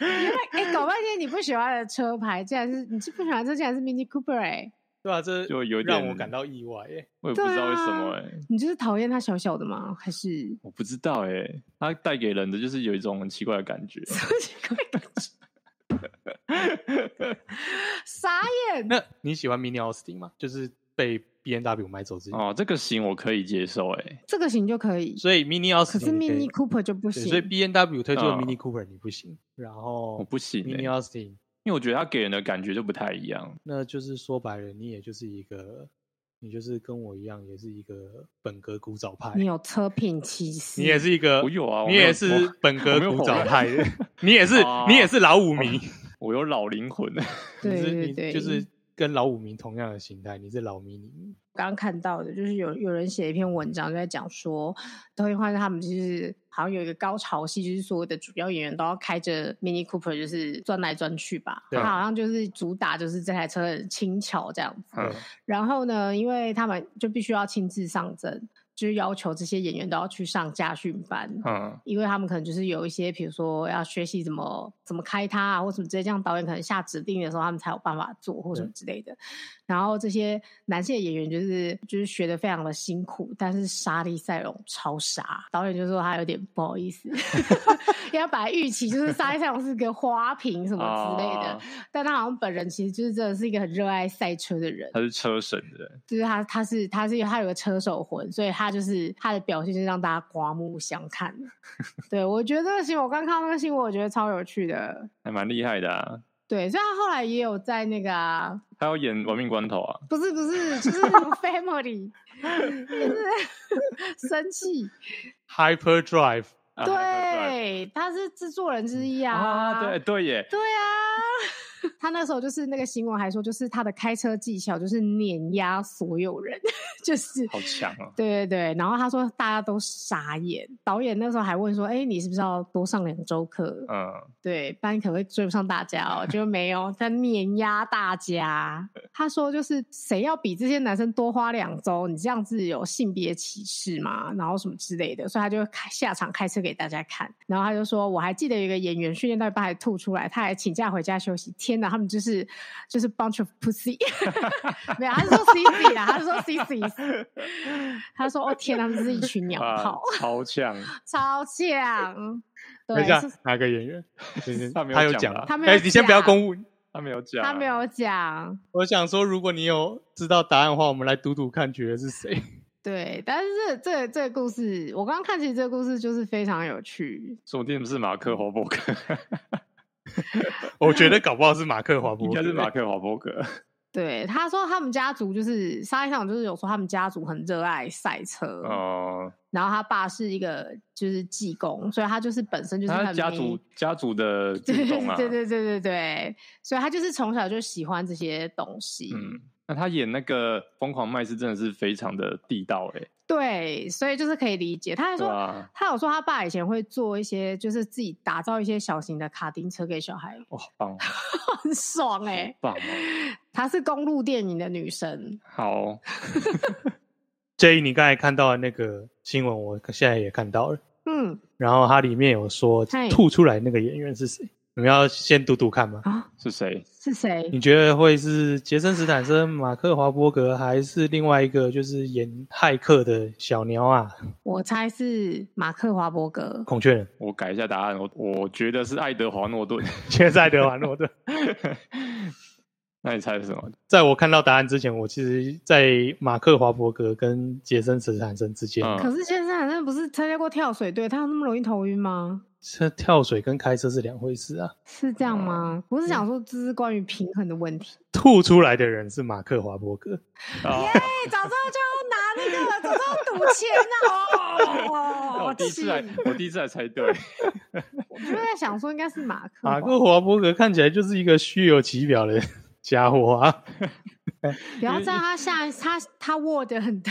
[SPEAKER 3] 哎、搞半天你不喜欢的车牌，竟然是你是不喜欢的车，竟然是 Mini Cooper 哎、
[SPEAKER 1] 对吧、这
[SPEAKER 2] 就有一
[SPEAKER 1] 让
[SPEAKER 2] 点
[SPEAKER 1] 我感到啊意外、欸。
[SPEAKER 2] 我也不知道为什么哎、
[SPEAKER 3] 你就是讨厌它小小的吗？还是
[SPEAKER 2] 我不知道哎、它带给人的就是有一种很奇怪的感觉。
[SPEAKER 3] 什么奇怪的感觉？傻眼！
[SPEAKER 1] 那你喜欢 Mini Austin 吗？就是被 B N W 买走之前，
[SPEAKER 2] 哦，这个型我可以接受哎、
[SPEAKER 3] 这个型就可以，
[SPEAKER 1] 所以 Mini Austin
[SPEAKER 3] 可是
[SPEAKER 1] 你可以
[SPEAKER 3] Mini Cooper 就不
[SPEAKER 1] 对
[SPEAKER 3] 行
[SPEAKER 1] 所以。B N W 推出的
[SPEAKER 2] 嗯
[SPEAKER 1] Mini Cooper 你不行，然后
[SPEAKER 2] 我不行、
[SPEAKER 1] Mini
[SPEAKER 2] 欸，
[SPEAKER 1] Austin
[SPEAKER 2] 因为我觉得它给人的感觉就不太一样。
[SPEAKER 1] 那就是说白了，你也就是一个，你就是跟我一样，也是一个本格古早派，
[SPEAKER 3] 你有车品歧视，
[SPEAKER 1] 哎你也是一个，
[SPEAKER 2] 我有啊
[SPEAKER 1] 呃
[SPEAKER 2] 我
[SPEAKER 1] 你
[SPEAKER 2] 没有
[SPEAKER 1] 也是
[SPEAKER 2] 我
[SPEAKER 1] 本格
[SPEAKER 2] 我没有
[SPEAKER 1] 古
[SPEAKER 2] 否
[SPEAKER 1] 早
[SPEAKER 2] 认
[SPEAKER 1] 派 的，你也是
[SPEAKER 2] 哦
[SPEAKER 1] 你也是老五迷，
[SPEAKER 2] 我有老灵魂，
[SPEAKER 1] 你
[SPEAKER 3] 对
[SPEAKER 1] 是
[SPEAKER 3] 对
[SPEAKER 1] 你
[SPEAKER 3] 对，
[SPEAKER 1] 就是跟老五迷同样的形态，你是老迷你。
[SPEAKER 3] 刚刚看到的，就是有有人写一篇文章，就在讲说，东映幻他们就是好像有一个高潮戏，就是所有的主要演员都要开着 Mini Cooper，就是钻来钻去吧。
[SPEAKER 1] 对
[SPEAKER 3] 他好像就是主打就是这台车很轻巧这样子。
[SPEAKER 2] 嗯
[SPEAKER 1] 对
[SPEAKER 3] 然后呢，因为他们就必须要亲自上阵，就是要求这些演员都要去上家训班。
[SPEAKER 2] 嗯，
[SPEAKER 3] 因为他们可能就是有一些，比如说要学习怎么怎么开它啊，或什么之类，这样导演可能下指令的时候，他们才有办法做或什么之类的。然后这些男性的演员就是就是学的非常的辛苦，但是莎莉赛隆超傻，导演就说他有点不好意思， 因为他本来预期就是莎莉赛隆是个花瓶什
[SPEAKER 2] 什
[SPEAKER 3] 么之类
[SPEAKER 2] 哦
[SPEAKER 3] 的，
[SPEAKER 2] 啊
[SPEAKER 3] 但他好像本人其实就是真的是一个很热爱赛车的人
[SPEAKER 2] 他，是车神的，
[SPEAKER 3] 就是他他是他是他有个车手魂，所以他就是他的表现就是让大家刮目相看。对我觉得这个新闻，我刚看到那个新闻，我觉得超有趣的。
[SPEAKER 2] 还蛮厉害的啊。
[SPEAKER 3] 对，所以他后来也有在那个、啊，
[SPEAKER 2] 他要演《亡命关头》啊，
[SPEAKER 3] 不是不是，就是什么 Family，就是生气。
[SPEAKER 1] Hyperdrive，
[SPEAKER 2] 啊
[SPEAKER 3] 对，他是制作人之一啊。
[SPEAKER 2] 啊，对对耶，
[SPEAKER 3] 对啊，他那时候就是那个新闻还说，就是他的开车技巧就是碾压所有人， 就是
[SPEAKER 2] 好强哦！
[SPEAKER 3] 对对对，然后他说大家都傻眼，导演那时候还问说：“哎，你是不是要多上两周课？
[SPEAKER 2] 嗯，
[SPEAKER 3] 对，不然你可能会追不上大家哦。”就没有，他碾压大家。他说就是谁要比这些男生多花两周，你这样子有性别歧视嘛？然后什么之类的，所以他就开下场开车给大家看。然后他就说，我还记得有一个演员训练到一半还吐出来，他还请假回家休息。天哪，他们就是就是 bunch of pussy，没有，他是说 CC 啦，他是说 CC，他说哦天哪，他们就是一群鸟
[SPEAKER 2] 啊
[SPEAKER 3] 炮，，
[SPEAKER 2] 超强，
[SPEAKER 3] 超强。
[SPEAKER 1] 等
[SPEAKER 3] 对
[SPEAKER 1] 一，下
[SPEAKER 3] 是
[SPEAKER 1] 哪个演 员？等一下
[SPEAKER 2] 他没有
[SPEAKER 1] 他有讲
[SPEAKER 2] 讲啊吧
[SPEAKER 1] 吗
[SPEAKER 3] 他没有
[SPEAKER 1] 哎，你先不要
[SPEAKER 3] 讲啊
[SPEAKER 1] 公布。
[SPEAKER 2] 他没有讲，
[SPEAKER 3] 他没，有讲，
[SPEAKER 1] 我想说，如果你有知道答案的话，我们来赌赌看，觉得是谁？
[SPEAKER 3] 对，但是这这这个故事，我刚刚看，其实这个故事就是非常有趣，
[SPEAKER 2] 说不定是马
[SPEAKER 1] 嗯
[SPEAKER 2] 克华伯格，
[SPEAKER 1] 我觉得搞不好是马克华伯
[SPEAKER 2] 应
[SPEAKER 1] 格，
[SPEAKER 2] 该是马克华伯格。
[SPEAKER 3] 对，他说他们家族就是沙利上就是有说他们家族很热爱赛车，
[SPEAKER 2] 哦，
[SPEAKER 3] 然后他爸是一个就是技工，所以他就是本身就是
[SPEAKER 2] 他
[SPEAKER 3] 很
[SPEAKER 2] 家
[SPEAKER 3] 迷
[SPEAKER 2] 族家族的主
[SPEAKER 3] 对
[SPEAKER 2] 动啊，
[SPEAKER 3] 对对对对对，所以他就是从小就喜欢这些东西，
[SPEAKER 2] 嗯，那他演那个疯狂麦斯真的是非常的地道哎，
[SPEAKER 3] 对，所以就是可以理解。他还
[SPEAKER 2] 对啊
[SPEAKER 3] 说，
[SPEAKER 2] 吧？
[SPEAKER 3] 他有说他爸以前会做一些，就是自己打造一些小型的卡丁车给小孩，
[SPEAKER 2] 哇，好棒哦，
[SPEAKER 3] 很爽哎、
[SPEAKER 2] 好棒哦，
[SPEAKER 3] 她是公路电影的女神，
[SPEAKER 2] 好，
[SPEAKER 1] J，你刚才看到的那个新闻，我现在也看到了。
[SPEAKER 3] 嗯
[SPEAKER 1] 然后它里面有说
[SPEAKER 3] 嗨
[SPEAKER 1] 吐出来那个演员是谁？你们要先赌赌看吗？
[SPEAKER 3] 啊，
[SPEAKER 2] 是谁？
[SPEAKER 3] 是谁？
[SPEAKER 1] 你觉得会是杰森·斯坦森、马克·华伯格，还是另外一个就是演骇客的小鸟啊？
[SPEAKER 3] 我猜是马克华伯格。
[SPEAKER 1] 孔雀人，
[SPEAKER 2] 我改一下答案，我我觉得是爱德华诺顿。
[SPEAKER 1] 现在德华诺顿。
[SPEAKER 2] 那你猜是什么？
[SPEAKER 1] 在我看到答案之前，我其实，在马克·华伯格跟杰森·斯坦森之间，
[SPEAKER 2] 嗯
[SPEAKER 3] 可是先生好像不是参加过跳水队，他有那么容易头晕吗？
[SPEAKER 1] 这、跳水跟开车是两回事啊。
[SPEAKER 3] 是这样吗？我是
[SPEAKER 1] 嗯
[SPEAKER 3] 想说，这是关于平衡的问题。
[SPEAKER 1] 吐出来的人是马克·华伯格，
[SPEAKER 2] 啊，
[SPEAKER 3] 哎，早知道就要拿那个，早知道赌 钱啊！
[SPEAKER 2] 那
[SPEAKER 3] 哦，
[SPEAKER 2] 我第一次来
[SPEAKER 3] 气，
[SPEAKER 2] 我第一次来猜对。
[SPEAKER 3] 我就在想说，应该是马克华
[SPEAKER 1] 马克·华伯格看起来就是一个虚有其表的 家伙啊。
[SPEAKER 3] 嗯不要这样，他下他他握 的很大，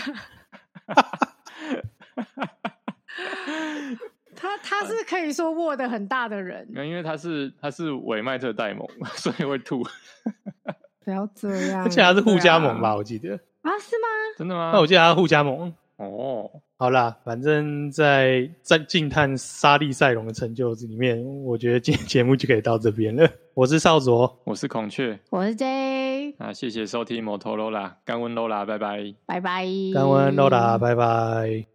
[SPEAKER 3] 他他是可以说握的很大的人，
[SPEAKER 2] 没有因为他是他是伪麦特戴蒙， 所以会吐。
[SPEAKER 3] 不要这样。
[SPEAKER 1] 而且他是互加盟
[SPEAKER 3] 对啊？
[SPEAKER 1] 吧，我记得。
[SPEAKER 3] 啊，是吗？
[SPEAKER 2] 真的吗？
[SPEAKER 1] 那我记得他互加盟。
[SPEAKER 2] 哦，
[SPEAKER 1] 好啦，反正在在惊叹沙利赛隆的成就里面，我觉得今天节目就可以到这边了。我是少佐，
[SPEAKER 2] 我是孔雀
[SPEAKER 3] 我是 J，
[SPEAKER 2] 啊，谢谢收听摩托罗拉，干温罗拉，拜拜。
[SPEAKER 3] 拜拜。
[SPEAKER 1] 干温 l o 拜拜。